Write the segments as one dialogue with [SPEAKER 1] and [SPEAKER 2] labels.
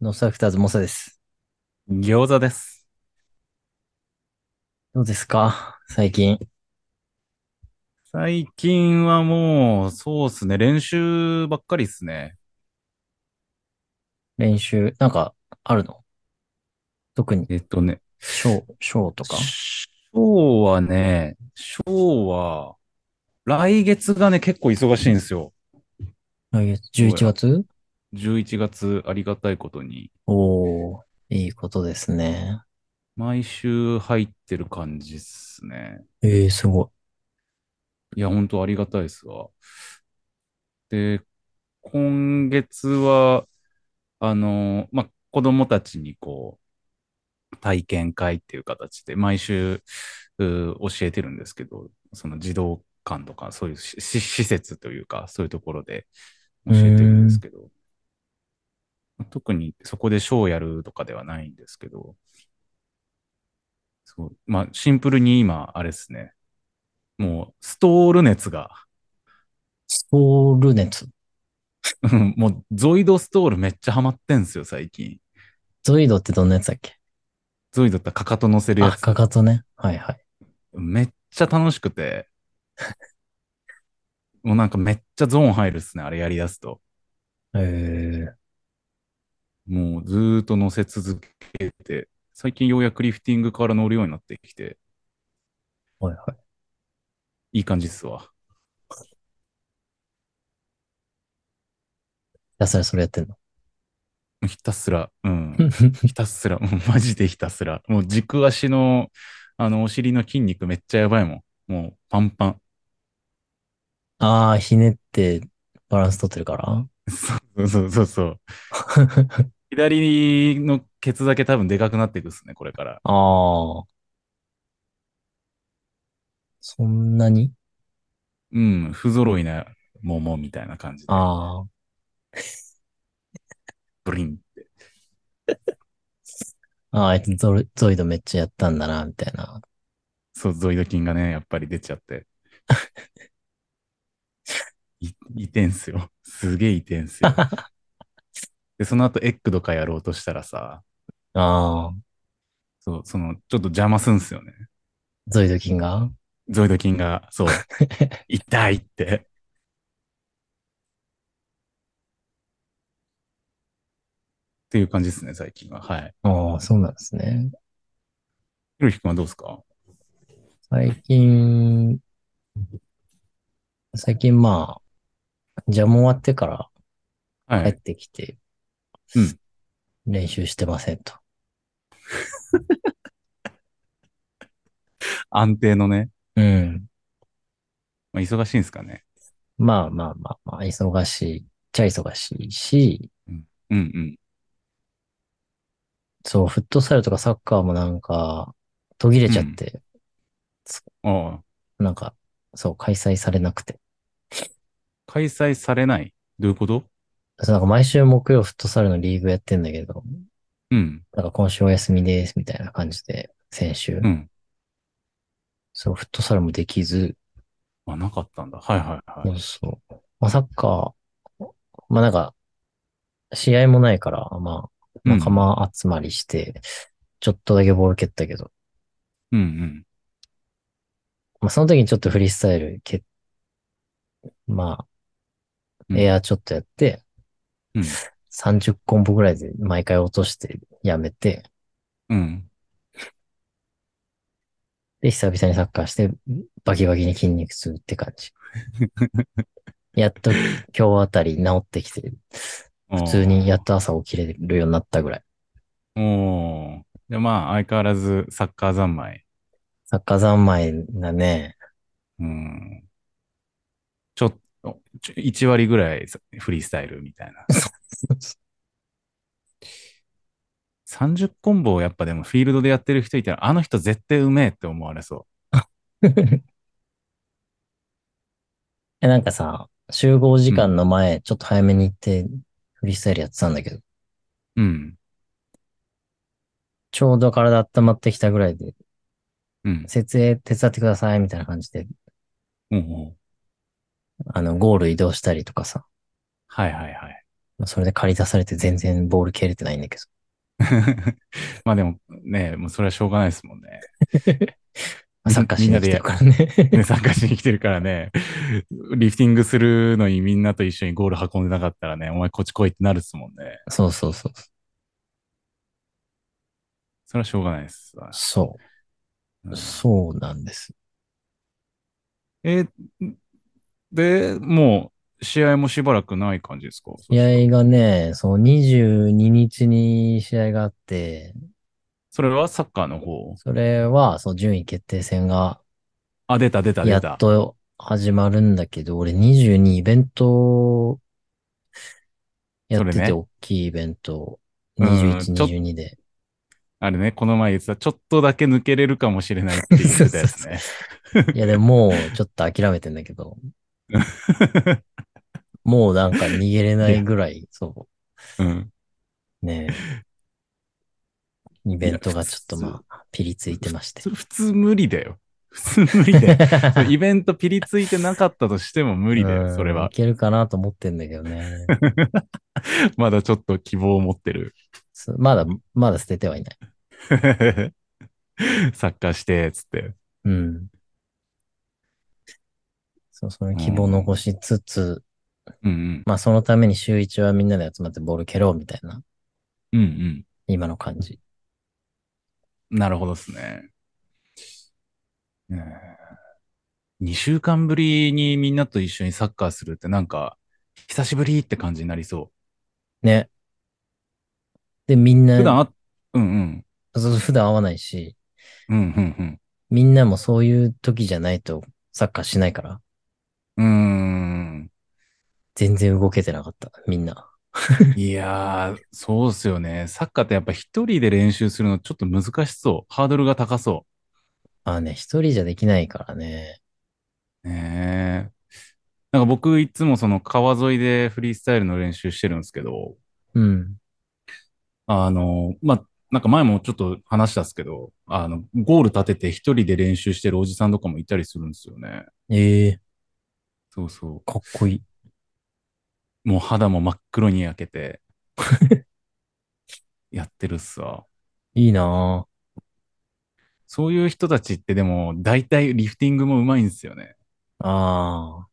[SPEAKER 1] ノスタクターズモサです。
[SPEAKER 2] 餃子です。
[SPEAKER 1] どうですか最近。
[SPEAKER 2] 最近はもう、そうっすね。練習ばっかりっすね。
[SPEAKER 1] 練習、なんか、あるの特に、
[SPEAKER 2] えっとね、
[SPEAKER 1] ショー、ショーとか。
[SPEAKER 2] ショーはね、ショーは、来月がね、結構忙しいんですよ。
[SPEAKER 1] 来月、11月
[SPEAKER 2] 11月ありがたいことに。
[SPEAKER 1] おー、いいことですね。
[SPEAKER 2] 毎週入ってる感じっすね。
[SPEAKER 1] ええー、すごい。
[SPEAKER 2] いや、ほんとありがたいですわ。で、今月は、あの、まあ、子供たちにこう、体験会っていう形で、毎週、うー教えてるんですけど、その児童館とか、そういうしし施設というか、そういうところで教えてるんですけど、特にそこでショーをやるとかではないんですけど、そう、まあ、シンプルに今、あれですね、もう、ストール熱が、
[SPEAKER 1] ソウル熱。
[SPEAKER 2] うんもう、ゾイドストールめっちゃハマってんすよ、最近。
[SPEAKER 1] ゾイドってどんなやつだっけ
[SPEAKER 2] ゾイドってかかと乗せるや
[SPEAKER 1] あ、
[SPEAKER 2] つ。
[SPEAKER 1] かかとね。はいはい。
[SPEAKER 2] めっちゃ楽し くて。もうなんかめっちゃゾーン入るっすね、あれやりだすと。
[SPEAKER 1] えー、
[SPEAKER 2] もうずーっと乗せ続けて、最近ようやくリフティングから乗るようになってきて、
[SPEAKER 1] はいはい。
[SPEAKER 2] いい感じっすわ。
[SPEAKER 1] ひたすらそれやってんの。
[SPEAKER 2] ひたすら、うん。ひたすら、もうマジでひたすら。もう軸足の、あの、お尻の筋肉めっちゃやばいもん。もうパンパン。
[SPEAKER 1] あー、ひねってバランス取ってるから。
[SPEAKER 2] そうそうそうそう。左のケツだけ多分でかくなっていくっすね、これから。
[SPEAKER 1] あー、そんなに
[SPEAKER 2] うん、不揃いな桃みたいな感じで、
[SPEAKER 1] あー、
[SPEAKER 2] ブリン。
[SPEAKER 1] あーあいつゾルゾイドめっちゃやったんだな、みたいな。
[SPEAKER 2] そう、ゾイド菌がね、やっぱり出ちゃって。い、いてんすよ。すげえいてんすよ。で、その後エッグとかやろうとしたらさ、
[SPEAKER 1] ああ、
[SPEAKER 2] そう、その、ちょっと邪魔すんすよね。
[SPEAKER 1] ゾイド菌が
[SPEAKER 2] ゾイド菌が、 そう、痛いって。っていう感じですね、最近は。はい。
[SPEAKER 1] ああ、そうなんですね。
[SPEAKER 2] ひろひくんはどうですか
[SPEAKER 1] 最近、最近まあ、ジャム終わってか
[SPEAKER 2] は
[SPEAKER 1] ら帰っ
[SPEAKER 2] い。
[SPEAKER 1] てきて、
[SPEAKER 2] うん
[SPEAKER 1] 練習してませんと。
[SPEAKER 2] 安定のね、
[SPEAKER 1] うん。
[SPEAKER 2] まあ、忙しいんですかね。
[SPEAKER 1] まあまあまあまあ、忙しいっちゃ忙しいし、
[SPEAKER 2] うんうん。
[SPEAKER 1] そう、フットサルとかサッカーもなんか、途切れちゃって、
[SPEAKER 2] ああ、
[SPEAKER 1] なんか、そう、開催されなくて。
[SPEAKER 2] 開催されない。どういうこと
[SPEAKER 1] そう、なんか毎週木曜フットサルのリーグやってんだけど、
[SPEAKER 2] うん、
[SPEAKER 1] なんか今週お休みです、みたいな感じで、先週。
[SPEAKER 2] うん。
[SPEAKER 1] そう、フットサルもできず、
[SPEAKER 2] あ、なかったんだ。はいは
[SPEAKER 1] そ
[SPEAKER 2] いはい。
[SPEAKER 1] うそう。まあ、サッカー、まあなんか、試合もないから、まあ、
[SPEAKER 2] うん
[SPEAKER 1] 仲間集まりして、ちょっとだけボール蹴ったけど、
[SPEAKER 2] うんうん。
[SPEAKER 1] まあその時にちょっとフリースタイル蹴っ、ま
[SPEAKER 2] う
[SPEAKER 1] あ、
[SPEAKER 2] ん
[SPEAKER 1] エアーちょっとやって、
[SPEAKER 2] うん
[SPEAKER 1] 30コンボぐらいで毎回落としてやめて、
[SPEAKER 2] うん。
[SPEAKER 1] で、久々にサッカーして、バキバキに筋肉痛って感じ。やっと今日あたり治ってきて、普通にやっと朝起きれるようになったぐらい。
[SPEAKER 2] おー。おーで、まあ、相変わらずサッカー三昧。
[SPEAKER 1] サッカー三昧だね。
[SPEAKER 2] うん。ちょっと、ちょ1割ぐらいフリースタイルみたいな。30コンボをやっぱでもフィールドでやってる人いたら、あの人絶対うめえって思われそ
[SPEAKER 1] え、なんかさ、集合時間の前、ちょっと早めに行って、フリースタイルやってたんだけど、
[SPEAKER 2] う。うん。
[SPEAKER 1] ちょうど体温まってきたぐらいで、
[SPEAKER 2] うん。
[SPEAKER 1] 設営手伝ってください、みたいな感じで、
[SPEAKER 2] おうおう
[SPEAKER 1] あの、ゴール移動したりとかさ、
[SPEAKER 2] はいはいはい。
[SPEAKER 1] それで借り出されて全然ボール蹴れてないんだけど。
[SPEAKER 2] まあでもね、もうそれはしょうがないですもんね。
[SPEAKER 1] まあサッカーしに来てるからね。
[SPEAKER 2] ね、参加しに来てるからね、リフティングするのにみんなと一緒にゴール運んでなかったらね、お前こっち来いってなるっすもんね。
[SPEAKER 1] そうそうそう。
[SPEAKER 2] それはしょうがないですわ。
[SPEAKER 1] そうう。
[SPEAKER 2] ん
[SPEAKER 1] そうなんです。
[SPEAKER 2] え、で、もう試合もしばらくない感じですか
[SPEAKER 1] 試合がね、そう、22日に試合があって、
[SPEAKER 2] それはサッカーの方
[SPEAKER 1] それは、そう、順位決定戦が
[SPEAKER 2] あ、出た出た
[SPEAKER 1] や
[SPEAKER 2] 出た
[SPEAKER 1] っ。と始まるんだけど、俺22イベント、やって
[SPEAKER 2] それね
[SPEAKER 1] て、大きいイベント、
[SPEAKER 2] うん
[SPEAKER 1] 21、
[SPEAKER 2] ちょ
[SPEAKER 1] 22で。
[SPEAKER 2] あれね、この前言ってた、ちょっとだけ抜けれるかもしれないって言ってたやつね。
[SPEAKER 1] いや、でももうちょっと諦めてんだけど、もうなんか逃げれないぐらい、そ
[SPEAKER 2] うん。
[SPEAKER 1] う、 ねえイベントがちょっとまあ、ピリついてまして
[SPEAKER 2] そ。れ普通無理だよ。普通無理だ よ。それイベントピリついてなかったとしても無理だ
[SPEAKER 1] う
[SPEAKER 2] よ、
[SPEAKER 1] ん。
[SPEAKER 2] それはい
[SPEAKER 1] けるかなと思ってんだけどね。
[SPEAKER 2] まだちょっと希望を持ってる。
[SPEAKER 1] そうまだ、まだ捨ててはいない。
[SPEAKER 2] サッカーして、つって。
[SPEAKER 1] うん。そう、その希望を残しつつ、
[SPEAKER 2] うん
[SPEAKER 1] まあそのために週一はみんなで集まってボール蹴ろうみたいな、
[SPEAKER 2] うん。うん
[SPEAKER 1] 今の感じ。
[SPEAKER 2] うん。なるほどですね。2週間ぶりにみんなと一緒にサッカーするってなんか、久しぶりって感じになりそ
[SPEAKER 1] ね。で、みん
[SPEAKER 2] う。
[SPEAKER 1] な、
[SPEAKER 2] 普段あ、うん
[SPEAKER 1] そう普段会わないし、
[SPEAKER 2] うん。うんうんうん。
[SPEAKER 1] みんなもそういう時じゃないとサッカーしないから、
[SPEAKER 2] うーん。
[SPEAKER 1] 全然動けてなかった、みんな。
[SPEAKER 2] いやー、そうっすよね。サッカーってやっぱ一人で練習するのちょっと難しそう。ハードルが高そ
[SPEAKER 1] まあね、一人じゃできないからね。
[SPEAKER 2] う。ねえ。なんか僕いつもその川沿いでフリースタイルの練習してるんですけど、
[SPEAKER 1] うん。
[SPEAKER 2] あの、まあ、なんか前もちょっと話したっすけど、あの、ゴール立てて一人で練習してるおじさんとかもいたりするんですよね。
[SPEAKER 1] ええ
[SPEAKER 2] そうそ
[SPEAKER 1] かっこいい。
[SPEAKER 2] う。もう肌も真っ黒に焼けて、 やってるっすわ。
[SPEAKER 1] いいな
[SPEAKER 2] そういう人たちってでも、大体リフティングもうまいんですよね。
[SPEAKER 1] あああ。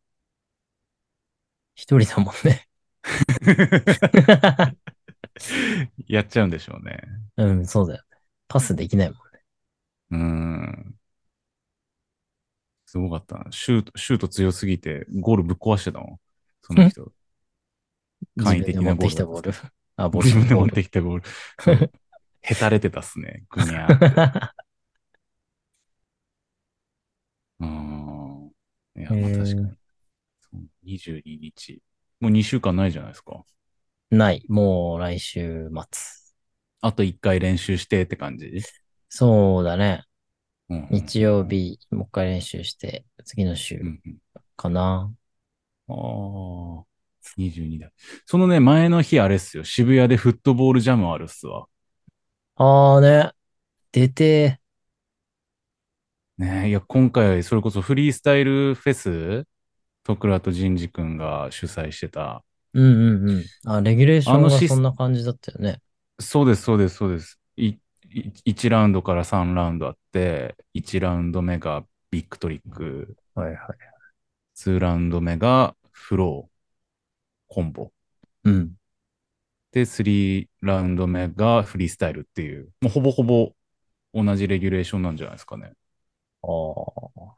[SPEAKER 1] 一人だもんね。
[SPEAKER 2] やっちゃうんでしょうね。
[SPEAKER 1] うん、そうだよ。パスできないもん。
[SPEAKER 2] うーん。すごかったな。シュート、シュート強すぎて、ゴールぶっ壊してたもん。その人。簡 易
[SPEAKER 1] 自分
[SPEAKER 2] 的
[SPEAKER 1] で持
[SPEAKER 2] な
[SPEAKER 1] っ
[SPEAKER 2] ボ
[SPEAKER 1] てき
[SPEAKER 2] ー
[SPEAKER 1] た
[SPEAKER 2] ル
[SPEAKER 1] ボー
[SPEAKER 2] だった
[SPEAKER 1] ル。あ、ボール。
[SPEAKER 2] 自分で持って
[SPEAKER 1] き
[SPEAKER 2] き たゴール。そうへたれてたっすね。ぐにゃーって。うーん。いや、まあ
[SPEAKER 1] へー
[SPEAKER 2] 確かに。そう22日。もう2週間ないじゃないですか。
[SPEAKER 1] ない。もう来週末。
[SPEAKER 2] あと1回練習してって感じ。
[SPEAKER 1] そうだね。
[SPEAKER 2] うんうん
[SPEAKER 1] 日曜。日、もう一回練習して、次の週
[SPEAKER 2] うんうん
[SPEAKER 1] かな。
[SPEAKER 2] ああ、22だ。そのね、前の日あれっすよ。渋谷でフットボールジャムあるっすわ。
[SPEAKER 1] あーね。出て、
[SPEAKER 2] ねえいや、今回、それこそフリースタイルフェス、徳倉と仁二君が主催してた。
[SPEAKER 1] うんうんうん。あ、レギュレーショ
[SPEAKER 2] あ
[SPEAKER 1] ン
[SPEAKER 2] の
[SPEAKER 1] が
[SPEAKER 2] シス
[SPEAKER 1] そんな感じだったよね。
[SPEAKER 2] そうです、そうです、そうです。い、1ラウンドから3ラウンドあって、1ラウンド目がビッグトリック、
[SPEAKER 1] はいはい。
[SPEAKER 2] 2ラウンド目がフロー、コンボ。
[SPEAKER 1] うん。
[SPEAKER 2] で、3ラウンド目がフリースタイルっていう、もうほぼほぼ同じレギュレーションなんじゃないですかね。
[SPEAKER 1] ああ。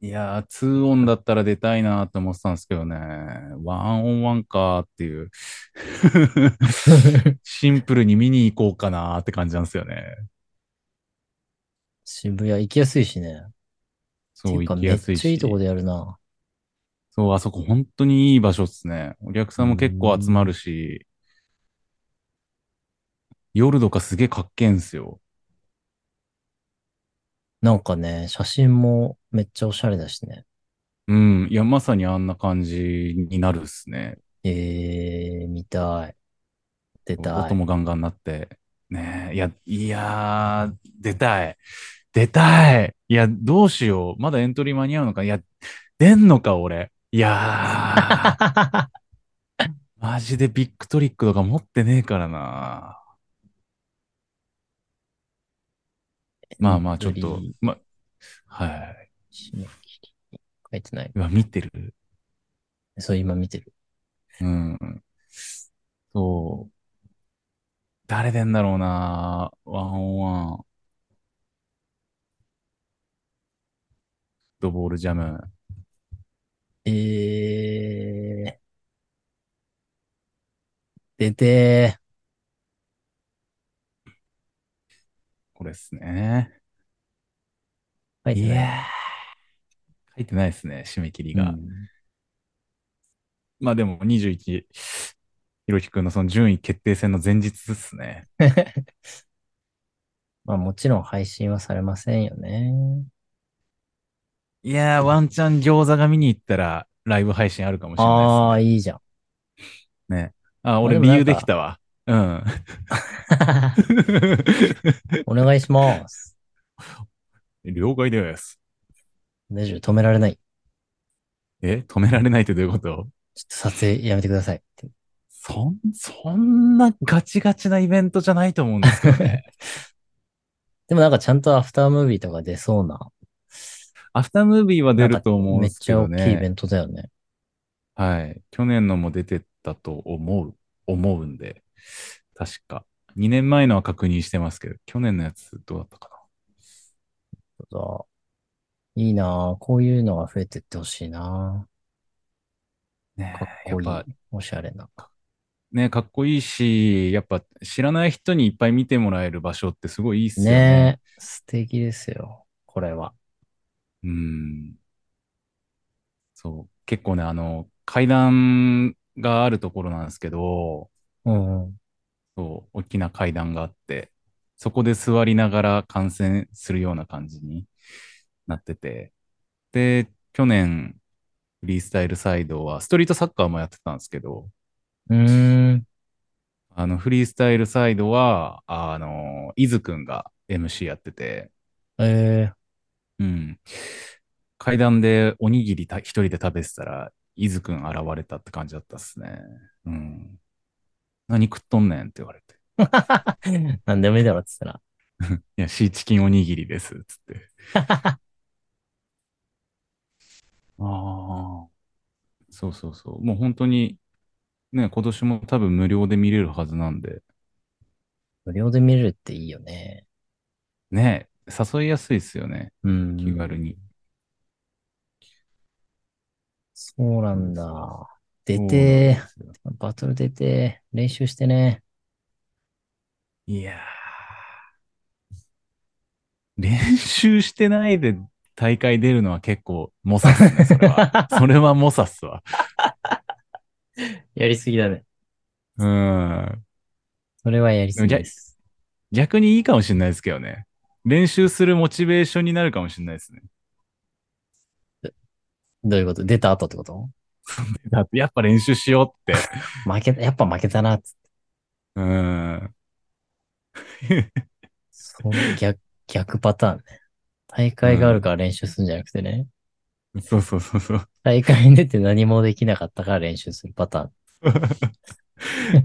[SPEAKER 2] いやー、2オンだったら出たいなーって思ってたんですけどね。ワンオンワンかーっ ていう。シンプルに見に行こうかなーって感じなんですよね。
[SPEAKER 1] 渋谷行きやすいしね。
[SPEAKER 2] そ
[SPEAKER 1] て
[SPEAKER 2] う、
[SPEAKER 1] か
[SPEAKER 2] 行きやす
[SPEAKER 1] め
[SPEAKER 2] い
[SPEAKER 1] っちゃ
[SPEAKER 2] し。
[SPEAKER 1] いいとこでやるな。
[SPEAKER 2] そう、あそこ本当にいい場所っすね。お客さんも結構集まるし、夜とかすげえかっけえんすよ。
[SPEAKER 1] なんかね、写真もめっちゃおしゃれだしね。
[SPEAKER 2] うん。いや、まさにあんな感じになるっすね。
[SPEAKER 1] えー、見たい。出た
[SPEAKER 2] 音
[SPEAKER 1] い。
[SPEAKER 2] もガンガンなって。ねえ、いや、いやー、出たい。出たい。いや、どうしよう。まだエントリー間に合うのか。いや、出んのか、俺。いやー、マジでビッグトリックとか持ってねえからな。まあまあ、ちょっと、ま、はい。
[SPEAKER 1] 締め切り書いてない。
[SPEAKER 2] 今見てる。
[SPEAKER 1] そう、今見てる。
[SPEAKER 2] うん。そう。誰でんだろうな。ワンオンワン。フットボールジャム。
[SPEAKER 1] えー。出て
[SPEAKER 2] これっすね。
[SPEAKER 1] ー。書い
[SPEAKER 2] い
[SPEAKER 1] てない。
[SPEAKER 2] やー。書いてないですね、締め切りが。
[SPEAKER 1] うん
[SPEAKER 2] まあでも21、ひろきくんのその順位決定戦の前日ですね。
[SPEAKER 1] まあもちろん配信はされませんよね。
[SPEAKER 2] いやー、ワンチャン餃子が見に行ったらライブ配信あるかもしれ
[SPEAKER 1] あ
[SPEAKER 2] ない
[SPEAKER 1] あ、いいじゃん。
[SPEAKER 2] ですね。あ、俺
[SPEAKER 1] でもな
[SPEAKER 2] 理
[SPEAKER 1] んか
[SPEAKER 2] 由できたわ。うん。
[SPEAKER 1] お願いします。
[SPEAKER 2] 了解です。
[SPEAKER 1] 大丈夫、止められない。
[SPEAKER 2] え止められないってどういうこと
[SPEAKER 1] ちょっと撮影やめてください って。
[SPEAKER 2] そん、そんなガチガチなイベントじゃないと思うん ですけどね。
[SPEAKER 1] でもなんかちゃんとアフタームービーとか出そうな。
[SPEAKER 2] アフタームービーは出ると思うん
[SPEAKER 1] めっ
[SPEAKER 2] です
[SPEAKER 1] ち
[SPEAKER 2] け
[SPEAKER 1] ゃ
[SPEAKER 2] ど
[SPEAKER 1] 大きいイベ
[SPEAKER 2] ね。
[SPEAKER 1] ントだよね。
[SPEAKER 2] はい。去年のも出てたと思う、思うんで。確か。2年前のは確認してますけど、去年のやつどうだったか
[SPEAKER 1] そうだいいなぁ。こういうのが増えてってほしいな
[SPEAKER 2] な。ね
[SPEAKER 1] ぁ。かっ
[SPEAKER 2] や
[SPEAKER 1] こ
[SPEAKER 2] っ
[SPEAKER 1] いい。
[SPEAKER 2] ぱ
[SPEAKER 1] おしゃれな。
[SPEAKER 2] ね、かっこいいし、やっぱ知らない人にいっぱい見てもらえる場所ってすごいいいっすよね。
[SPEAKER 1] ねえ。素敵ですよ。これは。
[SPEAKER 2] うん。そう。結構ね、あの、階段があるところなんですけど、
[SPEAKER 1] うんうん。
[SPEAKER 2] そう、大きな階段があって、そこで座りながら観戦するような感じになってて、で、去年、フリースタイルサイドは、ストリートサッカーもやってたんですけど、
[SPEAKER 1] うーん。
[SPEAKER 2] あの、フリースタイルサイドは、あの、伊豆くんが MC やってて、
[SPEAKER 1] えー、
[SPEAKER 2] うん。階段でおにぎりた一人で食べてたら、伊豆くん現れたって感じだったっすね。うん。何食っとんねんって言われて。
[SPEAKER 1] なんでもいいだろっつったら。
[SPEAKER 2] いや、シーチキンおにぎりです。つって。ああ。そうそうそう。もう本当に、ね、今年も多分無料で見れるはずなんで、
[SPEAKER 1] 無料で見れるっていいよね。
[SPEAKER 2] ね、誘いやすいですよね。
[SPEAKER 1] うん。
[SPEAKER 2] 気軽に。
[SPEAKER 1] そうなんだ。出
[SPEAKER 2] そう
[SPEAKER 1] て
[SPEAKER 2] なんですよ
[SPEAKER 1] ー、バトル出てー、練習して ね。
[SPEAKER 2] いやー。練習してないで大会出るのは結構、モサっすね、それ は。それはモサっすわ。
[SPEAKER 1] やりすぎだね。
[SPEAKER 2] うん。
[SPEAKER 1] それはやりすぎです。
[SPEAKER 2] 逆にいいかもしれないですけどね。練習するモチベーションになるかもしれないですね。
[SPEAKER 1] どういうこと出た後ってこと
[SPEAKER 2] だってやっぱ練習しようって。
[SPEAKER 1] 負けた、やっぱ負けたなっつって。
[SPEAKER 2] うん。
[SPEAKER 1] そ の逆、逆パターンね。大会があるから練習するんじゃなくてね。
[SPEAKER 2] そうそうそうそう。
[SPEAKER 1] 大会に出て何もできなかったから練習するパタ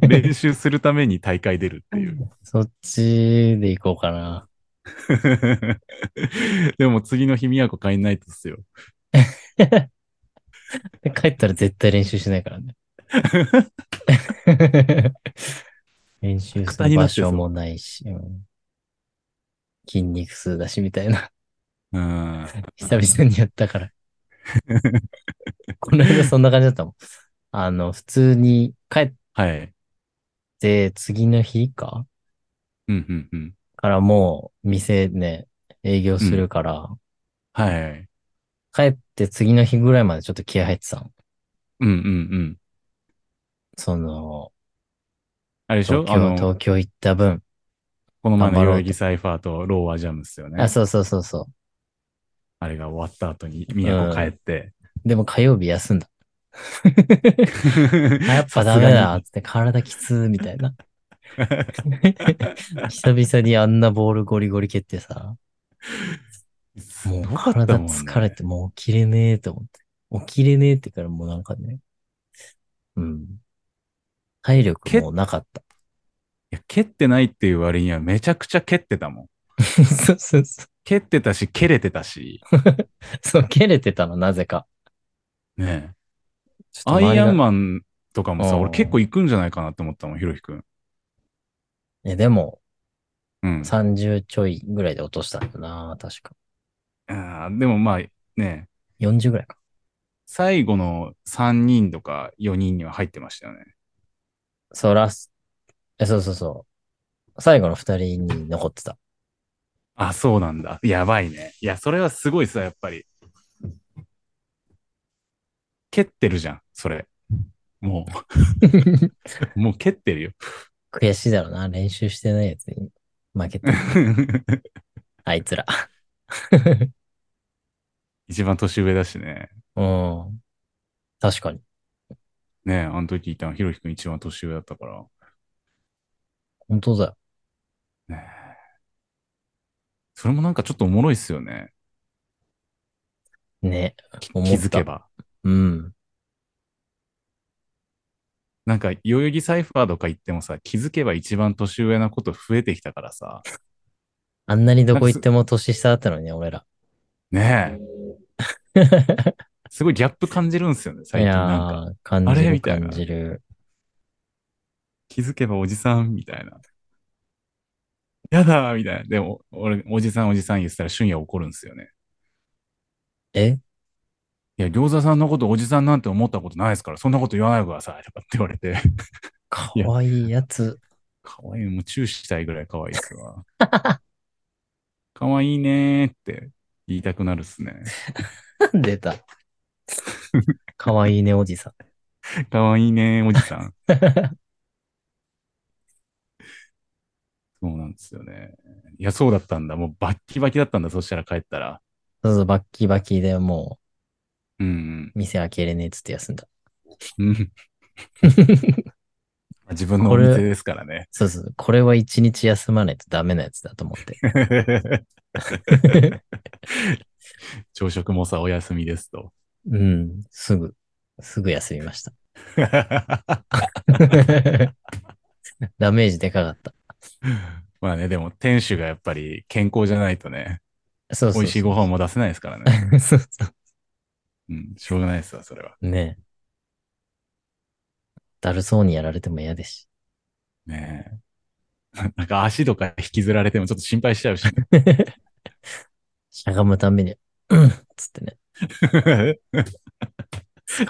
[SPEAKER 2] 練習するために大会出る って
[SPEAKER 1] ー
[SPEAKER 2] い
[SPEAKER 1] ン。そっちで行こうかな。
[SPEAKER 2] う。でも次の日、宮古帰んないとっすよ。
[SPEAKER 1] で帰ったら絶対練習しない からね。練習する場所もないし、うん筋肉痛だしみた いな。
[SPEAKER 2] うん。
[SPEAKER 1] 久々にやったから。この間そんな感じだったもん。あの、普通に帰っ
[SPEAKER 2] はい。
[SPEAKER 1] て次の日か
[SPEAKER 2] うんうんうん。
[SPEAKER 1] からもう店ね、営業するから、
[SPEAKER 2] はい。
[SPEAKER 1] 帰って次の日ぐらいまでちょっと気合入ってたの。
[SPEAKER 2] うんうんうん。
[SPEAKER 1] その、
[SPEAKER 2] あれでしょ
[SPEAKER 1] 東
[SPEAKER 2] あ
[SPEAKER 1] 京、
[SPEAKER 2] の、
[SPEAKER 1] 東京行った分。
[SPEAKER 2] この前の
[SPEAKER 1] 頑張
[SPEAKER 2] 代
[SPEAKER 1] ろうと
[SPEAKER 2] 々木サイファーとローアジャムっすよね
[SPEAKER 1] あ、。そうそうそうそう。
[SPEAKER 2] あれが終わった後に宮古帰って。
[SPEAKER 1] でも火曜日休 んだ。あやっぱ
[SPEAKER 2] さ
[SPEAKER 1] ダ
[SPEAKER 2] す
[SPEAKER 1] メ
[SPEAKER 2] がに
[SPEAKER 1] だっつって体きつーみたい な。久々にあんなボールゴリゴリ蹴ってさ、
[SPEAKER 2] す
[SPEAKER 1] もう
[SPEAKER 2] ごかった
[SPEAKER 1] 体
[SPEAKER 2] もんね。
[SPEAKER 1] 疲れてもう起きれねえと思って。起きれねえってからもうなんかね、うん。体力もうなかった。
[SPEAKER 2] いや、蹴ってないっていう割にはめちゃくちゃ蹴ってたもん。
[SPEAKER 1] そうそうそ
[SPEAKER 2] 蹴ってたし、蹴れてたし、
[SPEAKER 1] う。そう、蹴れてたの、なぜか。
[SPEAKER 2] ねアイアン
[SPEAKER 1] ン。
[SPEAKER 2] マンとかもさ、
[SPEAKER 1] うん
[SPEAKER 2] 俺結構行くんじゃないかなって思ったもん、ひろひくん。
[SPEAKER 1] え、でも、
[SPEAKER 2] うん。
[SPEAKER 1] 30ちょいぐらいで落としたんだな、確か。
[SPEAKER 2] あーでもまあ、ね
[SPEAKER 1] 40ぐらいか。
[SPEAKER 2] 最後の3人とか4人には入ってましたよね。
[SPEAKER 1] そう、ラス、え、そうそうそう。最後の2人に残って た。
[SPEAKER 2] あ、そうなんだ。やばいね。いや、それはすごいさ、やっぱり。蹴ってるじゃん、それ。もう、 もう蹴ってるよ。
[SPEAKER 1] 悔しいだろうな、練習してないやつに負けて、あいつ ら。
[SPEAKER 2] 一番年上だしね。
[SPEAKER 1] うん。確かに。
[SPEAKER 2] ねえ、あの時いたの、ひろひくん一番年上だったから。
[SPEAKER 1] 本当だよ。
[SPEAKER 2] ねえそれもなんかちょっとおもろいっすよね。
[SPEAKER 1] ね。
[SPEAKER 2] き
[SPEAKER 1] 思っ
[SPEAKER 2] 気
[SPEAKER 1] た
[SPEAKER 2] づけば。
[SPEAKER 1] うん。
[SPEAKER 2] なんか、代々木サイファーとか行ってもさ、気づけば一番年上なこと増えてきたからさ。
[SPEAKER 1] あんなにどこ行っても年下だったのに、俺ら。
[SPEAKER 2] ねえ、すごいギャップ感じるんすよね、最
[SPEAKER 1] い
[SPEAKER 2] 近
[SPEAKER 1] や
[SPEAKER 2] なんか。
[SPEAKER 1] ー、感
[SPEAKER 2] あ
[SPEAKER 1] じ
[SPEAKER 2] れ
[SPEAKER 1] る
[SPEAKER 2] みたいな
[SPEAKER 1] 感じる。
[SPEAKER 2] 気づけばおじさんみたいな。やだーみたいな。でも、俺、おじさんおじさん言ってたら瞬夜怒るんすよね。
[SPEAKER 1] え
[SPEAKER 2] いや、餃子さんのことおじさんなんて思ったことないですから、そんなこと言わないでくださいとかって言われて。
[SPEAKER 1] かわいいやつ。
[SPEAKER 2] 可愛いもうチューしたいぐらい可愛いっすわ。可愛いねーって言いたくなるっすね。
[SPEAKER 1] 出た。 かわいいね、おじさん。
[SPEAKER 2] 可愛いねーおじさん。そうなんですよね。いや、そうだったんだ。もうバッキバキだったんだ。そしたら帰ったら。
[SPEAKER 1] そうそう、バッキバキでも
[SPEAKER 2] うん
[SPEAKER 1] う、店開けれねえっつって休んだ。
[SPEAKER 2] うん。 うん。自分のお
[SPEAKER 1] こ
[SPEAKER 2] 店
[SPEAKER 1] れ
[SPEAKER 2] ですからね。
[SPEAKER 1] そうそう、これは一日休まないとダメなやつだと思って。
[SPEAKER 2] 朝食もさ、お休みです と。
[SPEAKER 1] うん、すぐ、すぐ休みま した。ダメージでかかった。
[SPEAKER 2] まあね、でも店主がやっぱり健康じゃないとね、
[SPEAKER 1] そうそ
[SPEAKER 2] 美
[SPEAKER 1] うそう。
[SPEAKER 2] 味しいご飯も出せないですから ね。
[SPEAKER 1] そうそ
[SPEAKER 2] うん、しょうがないですわ、それは。
[SPEAKER 1] う。ねえ。だるそうにやられても嫌ですし。
[SPEAKER 2] ね え。なんか足とか引きずられてもちょっと心配しちゃうし、
[SPEAKER 1] しゃがむために、うんっつってね。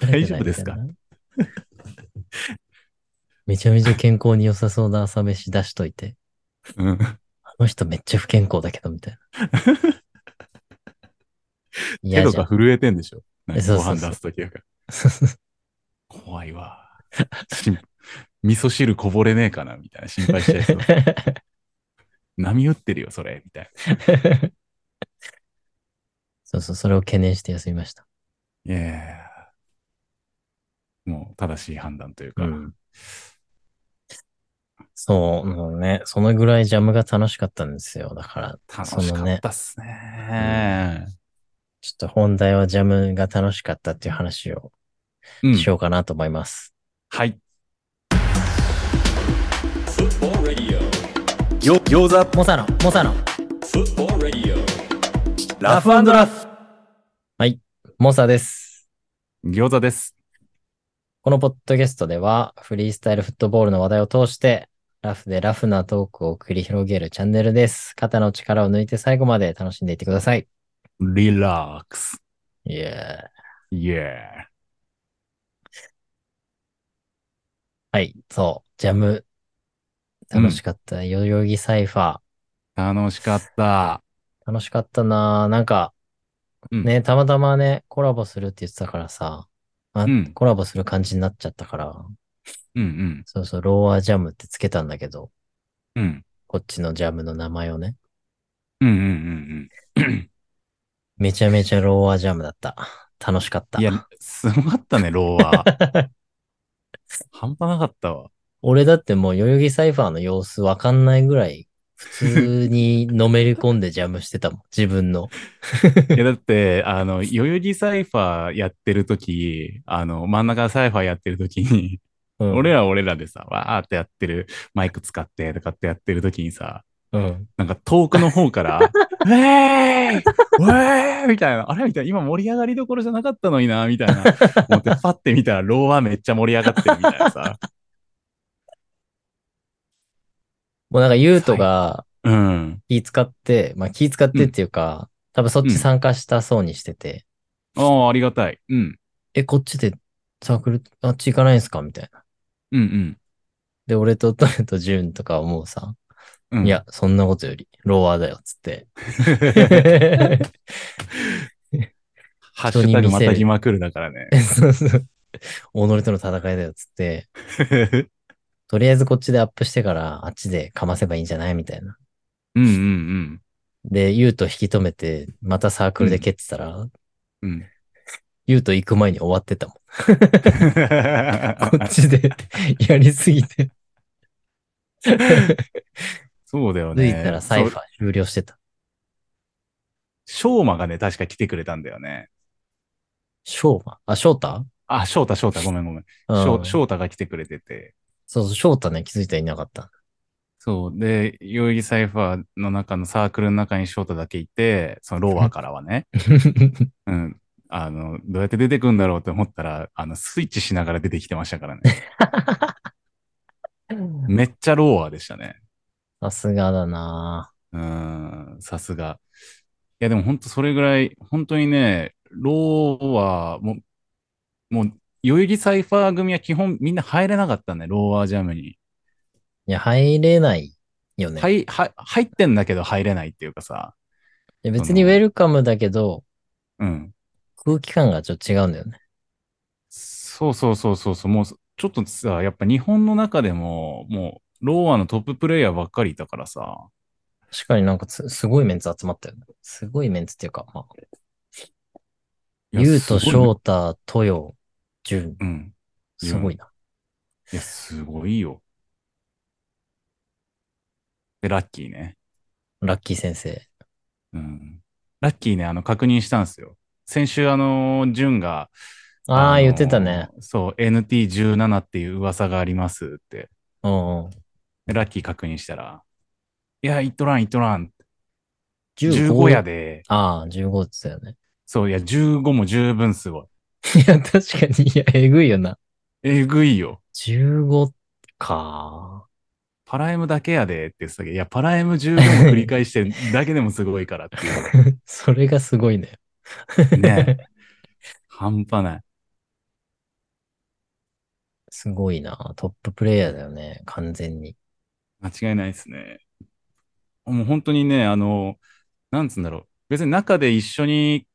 [SPEAKER 2] 大丈夫ですか
[SPEAKER 1] めちゃめちゃ健康に良さそうな朝飯出しといて、
[SPEAKER 2] うん。
[SPEAKER 1] あの人めっちゃ不健康だけどみたい な。
[SPEAKER 2] 手
[SPEAKER 1] 嫌
[SPEAKER 2] と
[SPEAKER 1] じゃ
[SPEAKER 2] か
[SPEAKER 1] ん。
[SPEAKER 2] 震えてんでしょなん
[SPEAKER 1] え
[SPEAKER 2] か
[SPEAKER 1] そう
[SPEAKER 2] ご
[SPEAKER 1] そうそう
[SPEAKER 2] 飯出すときだから。怖いわ。 心味噌汁こぼれねえかなみたいな心配しちゃ いそう。波打ってるよ、それ。みたい
[SPEAKER 1] そうそう、それを懸念して休みました。
[SPEAKER 2] な。いやいやいやもう正しい判断というか。
[SPEAKER 1] うんそう、もうね、そのぐらいジャムが楽しかったんですよ。だから、
[SPEAKER 2] 楽し
[SPEAKER 1] そ
[SPEAKER 2] か
[SPEAKER 1] のね
[SPEAKER 2] ったっすね。
[SPEAKER 1] ちょっと本題はジャムが楽しかったっていう話を
[SPEAKER 2] うん
[SPEAKER 1] しようかなと思います。
[SPEAKER 2] はい。
[SPEAKER 3] Football Radio.
[SPEAKER 2] よ、餃子
[SPEAKER 1] モサの、モサの、
[SPEAKER 3] Football Radio.
[SPEAKER 2] ラフラフ
[SPEAKER 1] モサです。
[SPEAKER 2] 餃子です。
[SPEAKER 1] このポッドキャストでは、フリースタイルフットボールの話題を通して、ラフでラフなトークを繰り広げるチャンネルです。肩の力を抜いて最後まで楽しんでいってください。
[SPEAKER 2] リラックス。
[SPEAKER 1] いやー
[SPEAKER 2] イエー。
[SPEAKER 1] はい、そう、ジャム。楽しかった。代々木サイファー。
[SPEAKER 2] 楽しかった。
[SPEAKER 1] 楽しかったなーなんか、
[SPEAKER 2] うん
[SPEAKER 1] ね、たまたまね、コラボするって言ってたからさ、まあ
[SPEAKER 2] うん
[SPEAKER 1] コラボする感じになっちゃったから、
[SPEAKER 2] うん
[SPEAKER 1] そうそう、ローアージャムってつけたんだけど、
[SPEAKER 2] うん。うん。
[SPEAKER 1] こっちのジャムの名前をね、
[SPEAKER 2] うんうんうん
[SPEAKER 1] めちゃめちゃローアージャムだった。楽しかっ
[SPEAKER 2] う
[SPEAKER 1] た。
[SPEAKER 2] ん。い や、すごかったね、ローは。 半端なかったわ。
[SPEAKER 1] 俺だってもう代々木サイファーの様子わかんないぐらい普通にのめり込んでジャムしてた もん。自分の。
[SPEAKER 2] いや、だって、あの、代々木サイファーやってる時あの、真ん中サイファーやってる時に、
[SPEAKER 1] うん、
[SPEAKER 2] 俺らは俺らでさ、わーってやってる、マイク使ってとかってやってる時にさ、
[SPEAKER 1] うん。
[SPEAKER 2] なんか遠くの 方から、ウェーイウェーイみたいな、あれみたいな、今盛り上がりどころじゃなかったのにな、みたいな。思 って、パッて見たら、ローはめっちゃ盛り上がってるみたいなさ。
[SPEAKER 1] もうなんか、ゆうとが
[SPEAKER 2] うん。
[SPEAKER 1] 気使って、まあ気使ってっていうか、多分そっち参加したそうにしてて、
[SPEAKER 2] ああ、ありがたい。うん。
[SPEAKER 1] え、こっちでサークル、あっち行かないんすかみたいな。
[SPEAKER 2] うん
[SPEAKER 1] で、俺とトレとジュンとかはもうさ、
[SPEAKER 2] うん。うん、
[SPEAKER 1] い。や、そんなことより、ローワーだよ、つって。
[SPEAKER 2] ハッシュタグまたぎまくるだからね。
[SPEAKER 1] そうそう。己との戦いだよ、つって。とりあえずこっちでアップしてから、あっちでかませばいいんじゃないみたいな。
[SPEAKER 2] うんうん
[SPEAKER 1] で、ユウと引き止めて、またサークルで蹴ってたら、
[SPEAKER 2] うん。うん。
[SPEAKER 1] ユウと行く前に終わってたもん。こっちで やりすぎて。
[SPEAKER 2] そうだよ
[SPEAKER 1] 抜
[SPEAKER 2] ね。
[SPEAKER 1] いたらサイフ
[SPEAKER 2] そう
[SPEAKER 1] ァー終了してた。
[SPEAKER 2] 翔馬がね、確か来てくれたんだよね。
[SPEAKER 1] ショーマあ、ショータ
[SPEAKER 2] あ、翔太、翔太、ごめんごめん。
[SPEAKER 1] うん
[SPEAKER 2] 翔翔太が来てくれてて。
[SPEAKER 1] そうそう、ショータね、気づいたらいなかった。
[SPEAKER 2] そう。で、代々木サイファーの中のサークルの中に翔太だけいて、そのローアーからはね。うん。あの、どうやって出てくんだろうって思ったら、あの、スイッチしながら出てきてましたから ね。めっちゃローアーでしたね。
[SPEAKER 1] さすがだなぁ
[SPEAKER 2] うーん、さすが。いや、でも本当それぐらい、本当にね、ローアーも、もう、代々木サイファー組は基本みんな入れなかったね、ローアージャムに。
[SPEAKER 1] いや、入れないよね。
[SPEAKER 2] はい、は、入ってんだけど入れないっていうかさ。
[SPEAKER 1] いや別にウェルカムだけど、
[SPEAKER 2] うん。
[SPEAKER 1] 空気感がちょっと違うんだよね。
[SPEAKER 2] そうそうそうそうそう、もう、ちょっとさ、やっぱ日本の中でも、もう、ローアーのトッププレイヤーばっかりいたからさ。
[SPEAKER 1] 確かになんかすすごいメンツ集まったよね。すごいメンツっていうか、まあ、
[SPEAKER 2] いや
[SPEAKER 1] ユウと
[SPEAKER 2] す
[SPEAKER 1] シ
[SPEAKER 2] ごいね
[SPEAKER 1] ョータ、トヨ、ジュン、
[SPEAKER 2] うん。
[SPEAKER 1] すごいな。
[SPEAKER 2] いや、すごいよ。で、ラッキーね。
[SPEAKER 1] ラッキー先生。
[SPEAKER 2] うん。ラッキーね、あの、確認したんですよ。先週、あのー、ジュンが、
[SPEAKER 1] あ
[SPEAKER 2] の
[SPEAKER 1] あ、
[SPEAKER 2] ー
[SPEAKER 1] 言ってたね。。
[SPEAKER 2] そう、NT17 っていう噂がありますって。
[SPEAKER 1] うんうん。
[SPEAKER 2] でラッキー確認したら、いや、いっとらん、いっとらん。
[SPEAKER 1] 15
[SPEAKER 2] 15や。で、
[SPEAKER 1] ああ、15って言ってたよね。
[SPEAKER 2] そう、いや、15も十分すごい。
[SPEAKER 1] いや、確かに、いや、えぐいよな。
[SPEAKER 2] えぐいよ。
[SPEAKER 1] 15か。
[SPEAKER 2] パラエムだけやでって言ってたけど、いや、パラエム十分を繰り返してるだけでもすごいからっていう。
[SPEAKER 1] それがすごいね。
[SPEAKER 2] ね半端ない。
[SPEAKER 1] すごいな。トッププレイヤーだよね。完全に。
[SPEAKER 2] 間違いないですね。もう本当にね、あの、なんつうんだろう。別に中で一緒に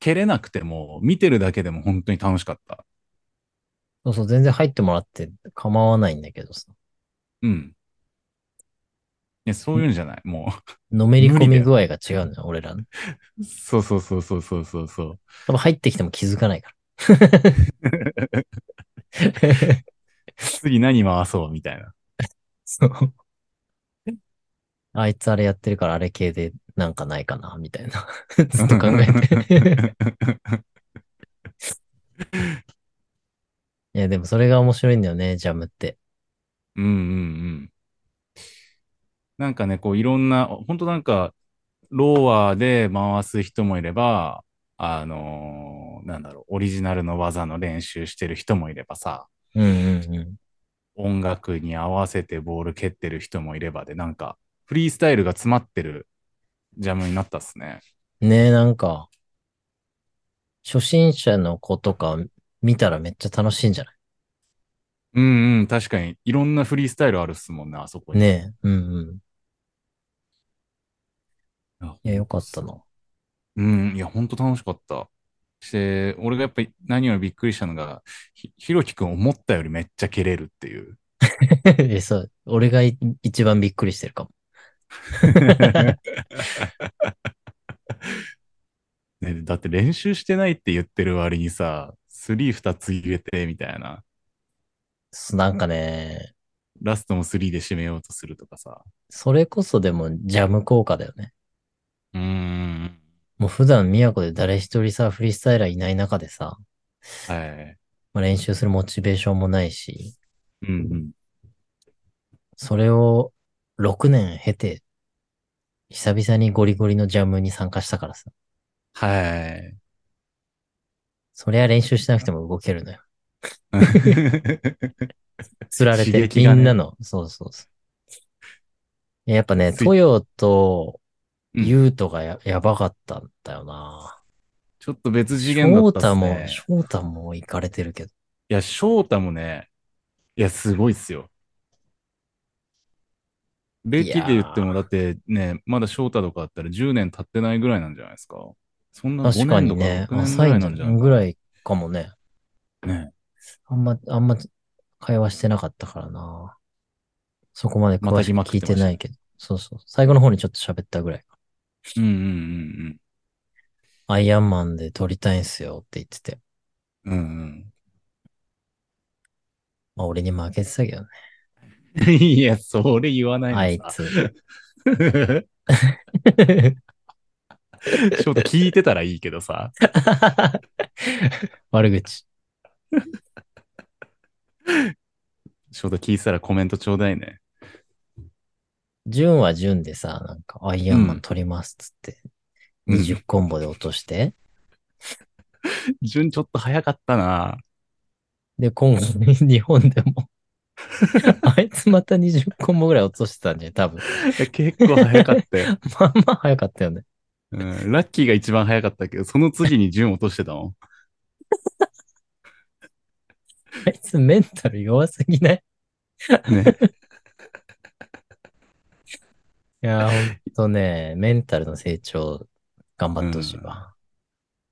[SPEAKER 2] 蹴れなくても、見てるだけでも本当に楽しかった。
[SPEAKER 1] そうそう、全然入ってもらって構わないんだけどさ。
[SPEAKER 2] うん。いや、そういうんじゃない。も
[SPEAKER 1] のめり込み具合が違うのよ、俺らの。
[SPEAKER 2] う、そうそうそうそうそうそうそう。
[SPEAKER 1] 多分入ってきても気づかないから。
[SPEAKER 2] 次何回そうみたいな。
[SPEAKER 1] そう。 あいつあれやってるからあれ系でなんかないかな、みたいな。 ずっと考え て。 いや、でもそれが面白いんだよね、ジャムって。
[SPEAKER 2] うんうんうん。なんかね、こういろんな、本当なんか、ローアーで回す人もいれば、あのーなんだろう、オリジナルの技の練習してる人もいればさ、
[SPEAKER 1] うんうんうん。
[SPEAKER 2] 音楽に合わせてボール蹴ってる人もいればで、なんか、フリースタイルが詰まってるジャムになったっすね。
[SPEAKER 1] ねえ、なんか、初心者の子とか見たらめっちゃ楽しいんじゃな
[SPEAKER 2] うんうん、確かに、いろんなフリースタイルあるっすもんね、あそこ
[SPEAKER 1] い
[SPEAKER 2] に。
[SPEAKER 1] ねえ、うんうん。
[SPEAKER 2] あ
[SPEAKER 1] いや、よかったな。
[SPEAKER 2] うん、いや、ほんと楽しかった。して、俺がやっぱり何よりびっくりしたのが、ひ、ひろきくん思ったよりめっちゃ蹴れるっていう。
[SPEAKER 1] え、そう。俺がい一番びっくりしてるかも。
[SPEAKER 2] ね、だって練習してないって言ってる割にさ、スリー2つ入れてみたいな。
[SPEAKER 1] そうなんかね、
[SPEAKER 2] ラストも3で締めようとするとかさ。
[SPEAKER 1] それこそでもジャム効果だよね。
[SPEAKER 2] うーん。
[SPEAKER 1] もう普段宮古で誰一人さ、フリースタイラーいない中でさ、
[SPEAKER 2] はい。
[SPEAKER 1] まあ練習するモチベーションもないし、
[SPEAKER 2] うんうん。
[SPEAKER 1] それを6年経て、久々にゴリゴリのジャムに参加したからさ、
[SPEAKER 2] はい。
[SPEAKER 1] そりゃ練習してなくても動けるのよ。釣られて、
[SPEAKER 2] 刺激
[SPEAKER 1] み
[SPEAKER 2] がね
[SPEAKER 1] んなの、そうそうそう。やっぱね、
[SPEAKER 2] つい
[SPEAKER 1] トヨと
[SPEAKER 2] うん
[SPEAKER 1] ユウトがや,、やばかったんだよな。
[SPEAKER 2] ちょっと別次元だ
[SPEAKER 1] 翔
[SPEAKER 2] ったっ
[SPEAKER 1] 太
[SPEAKER 2] す
[SPEAKER 1] も
[SPEAKER 2] ね。、
[SPEAKER 1] 翔太も行かれてるけど。
[SPEAKER 2] いや、翔太もね、いや、すごいっすよ。歴で言っても、だってね、まだ翔太とかだったら10年経ってないぐらいなんじゃないですか。そんな5
[SPEAKER 1] 確か
[SPEAKER 2] 年と
[SPEAKER 1] に
[SPEAKER 2] か
[SPEAKER 1] ね、
[SPEAKER 2] 6年ぐ
[SPEAKER 1] 浅
[SPEAKER 2] ら
[SPEAKER 1] い
[SPEAKER 2] いなんじゃない
[SPEAKER 1] ぐらいかもね。
[SPEAKER 2] ね。
[SPEAKER 1] あんま、あんま会話してなかったからな。そこまで詳しく
[SPEAKER 2] また
[SPEAKER 1] 聞い
[SPEAKER 2] ぎまくってました
[SPEAKER 1] てないけど。そうそう。最後の方にちょっと喋ったぐらい。
[SPEAKER 2] うんうん
[SPEAKER 1] アイアンマンで撮りたいんすよって言ってて。
[SPEAKER 2] うんうん。うん
[SPEAKER 1] まあ俺に負けてたけどね。
[SPEAKER 2] うん。 いや、それ言わ
[SPEAKER 1] あ
[SPEAKER 2] ない
[SPEAKER 1] い
[SPEAKER 2] でさ。
[SPEAKER 1] つ。
[SPEAKER 2] 翔太聞いてたらいいけどさ。
[SPEAKER 1] 悪口。
[SPEAKER 2] 翔太聞いてたらコメントちょうだいね。
[SPEAKER 1] ジュンはジュンでさ、なんかアイアンマ
[SPEAKER 2] う
[SPEAKER 1] ン
[SPEAKER 2] ん
[SPEAKER 1] 撮りますっつって、
[SPEAKER 2] うん
[SPEAKER 1] 20コンボで落として、
[SPEAKER 2] 順ちょっと早かったな。
[SPEAKER 1] で、今後 日本で も。あいつまた20コンボぐらい落としてたんじゃん、多分。
[SPEAKER 2] いや結構早かったよ。
[SPEAKER 1] まあまあ早かったよね。
[SPEAKER 2] うんラッキーが一番早かったけど、その次に順落としてたもん。
[SPEAKER 1] あいつメンタル弱すぎない
[SPEAKER 2] ね。
[SPEAKER 1] いやー、ほんとね、メンタルの成長、頑張ってほしいわ。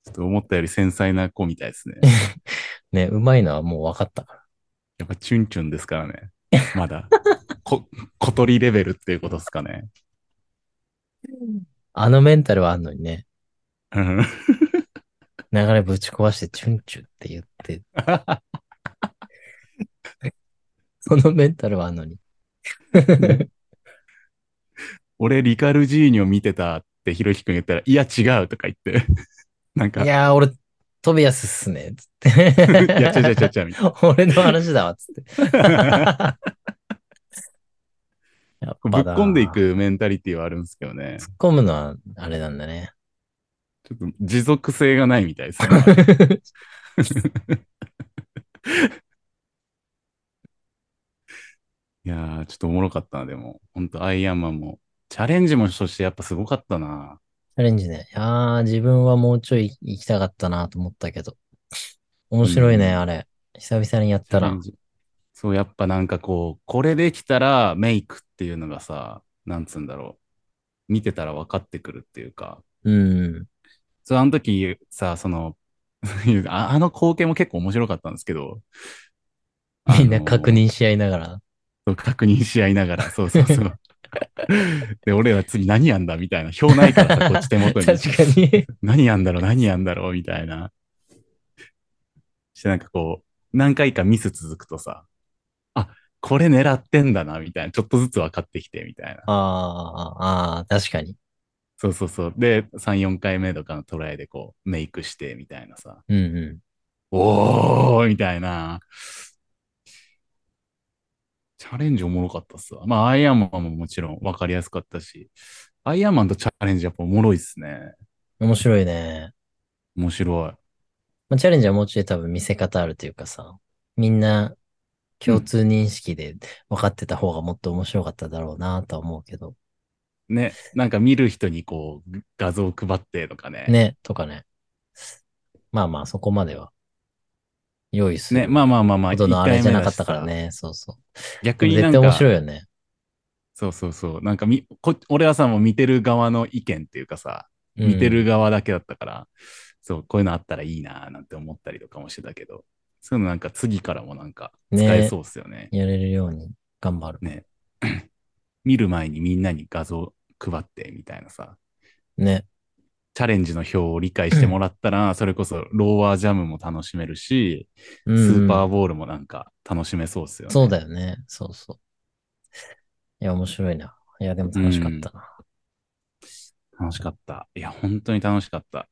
[SPEAKER 2] ちょっと思ったより繊細な子みたいですね。
[SPEAKER 1] ね、うまいのはもう分かったか
[SPEAKER 2] やっぱチュンチュンですからね。まだ。こ、小鳥レベルっていうことですかね。
[SPEAKER 1] ら。あのメンタルはあんのにね、
[SPEAKER 2] うん
[SPEAKER 1] 流れぶち壊してチュンチュンって言って、 そのメンタルはあんのに。
[SPEAKER 2] 俺、リカルジーニョ見てたってひろひくん言ったら、いや、違うとか言って。 なんか、
[SPEAKER 1] い
[SPEAKER 2] いや、
[SPEAKER 1] やー、俺、トビアスっすね、つって。
[SPEAKER 2] 違う違う違う違うみたいな。
[SPEAKER 1] 俺の話だわ、つって。 やっぱ
[SPEAKER 2] ぶっ
[SPEAKER 1] だ
[SPEAKER 2] 込んでい。くメンタリティはあるんですけどね。
[SPEAKER 1] 突っ込むのは、あれなんだね。
[SPEAKER 2] ちょっと持続性がないみたいですね。 いやー、ちょっとおもろかったな、でも。ほんと、アイアンマンも。チャレンジもそしてやっぱすごかったな。
[SPEAKER 1] チャレンジね。いやー、自分はもうちょい行きたかったなと思ったけど。面白いね、
[SPEAKER 2] うん
[SPEAKER 1] あれ。久々にやっ
[SPEAKER 2] チャ
[SPEAKER 1] た
[SPEAKER 2] レ
[SPEAKER 1] ら
[SPEAKER 2] ン。ジ。そう、やっぱなんかこう、これできたらメイクっていうのがさ、なんつうんだろう。見てたら分かってくるっていうか。
[SPEAKER 1] うん。
[SPEAKER 2] そう、あの時さ、その、 ああの光景も結構面白かったんですけど。あの
[SPEAKER 1] みんな確認し合いながら。
[SPEAKER 2] そう確認し合いながら、そうそうそう。 で、俺ら次何やんだみたいな。表ないからさ、こっち手元に。
[SPEAKER 1] 確か に。
[SPEAKER 2] 何やんだろう、何やんだろう、みたいな。して、なんかこう、何回かミス続くとさ、あ、これ狙ってんだな、みたいな。ちょっとずつ分かってきて、みたいな。
[SPEAKER 1] あーあー、確かに。
[SPEAKER 2] そうそうそう。で、3、4回目とかのトライでこう、メイクして、みたいなさ。
[SPEAKER 1] うんう
[SPEAKER 2] おーみたいな。チャレンジおもろかったっすわ。まあ、アイアンマンももちろん分かりやすかったし、アイアンマンとチャレンジやっぱおもろいっすね。
[SPEAKER 1] ん。面白いね。
[SPEAKER 2] 面白い。
[SPEAKER 1] まあ、チャレンジはもうちょい多分見せ方あるというかさ。みんな共通認識で分かってた方がもっと面白かっただろうなとは思うけど。
[SPEAKER 2] ね、なんか見る人にこう画像配ってとかね。
[SPEAKER 1] ね、とかね。まあまあ、そこまでは。用意する。
[SPEAKER 2] ねまあまあまあまあ、
[SPEAKER 1] ことのあれじゃなかった
[SPEAKER 2] 一回
[SPEAKER 1] か
[SPEAKER 2] 目
[SPEAKER 1] ら
[SPEAKER 2] だしさ。
[SPEAKER 1] ね。そうそう。
[SPEAKER 2] 逆に
[SPEAKER 1] 絶
[SPEAKER 2] なん
[SPEAKER 1] 対
[SPEAKER 2] か、
[SPEAKER 1] 面白いよね。
[SPEAKER 2] そうそうそう。なんかみこ、俺はさ、もう見てる側の意見っていうかさ、
[SPEAKER 1] うん
[SPEAKER 2] 見てる側だけだったから、そう、こういうのあったらいいなーなんて思ったりとかもしてたけど、そういうのなんか次からもなんか使えそうっすよね。
[SPEAKER 1] やれるように頑張る。
[SPEAKER 2] 見る前にみんなに画像配ってみたいなさ、
[SPEAKER 1] ね。
[SPEAKER 2] チャレンジの表を理解してもらったら、それこそローワージャムも楽しめるし、
[SPEAKER 1] うん
[SPEAKER 2] スーパーボールもなんか楽しめそうっすよね。
[SPEAKER 1] そうだよね。そうそいや、面白いな。いや、でも楽しかったな。
[SPEAKER 2] 楽しかった。いや、本当に楽しかった。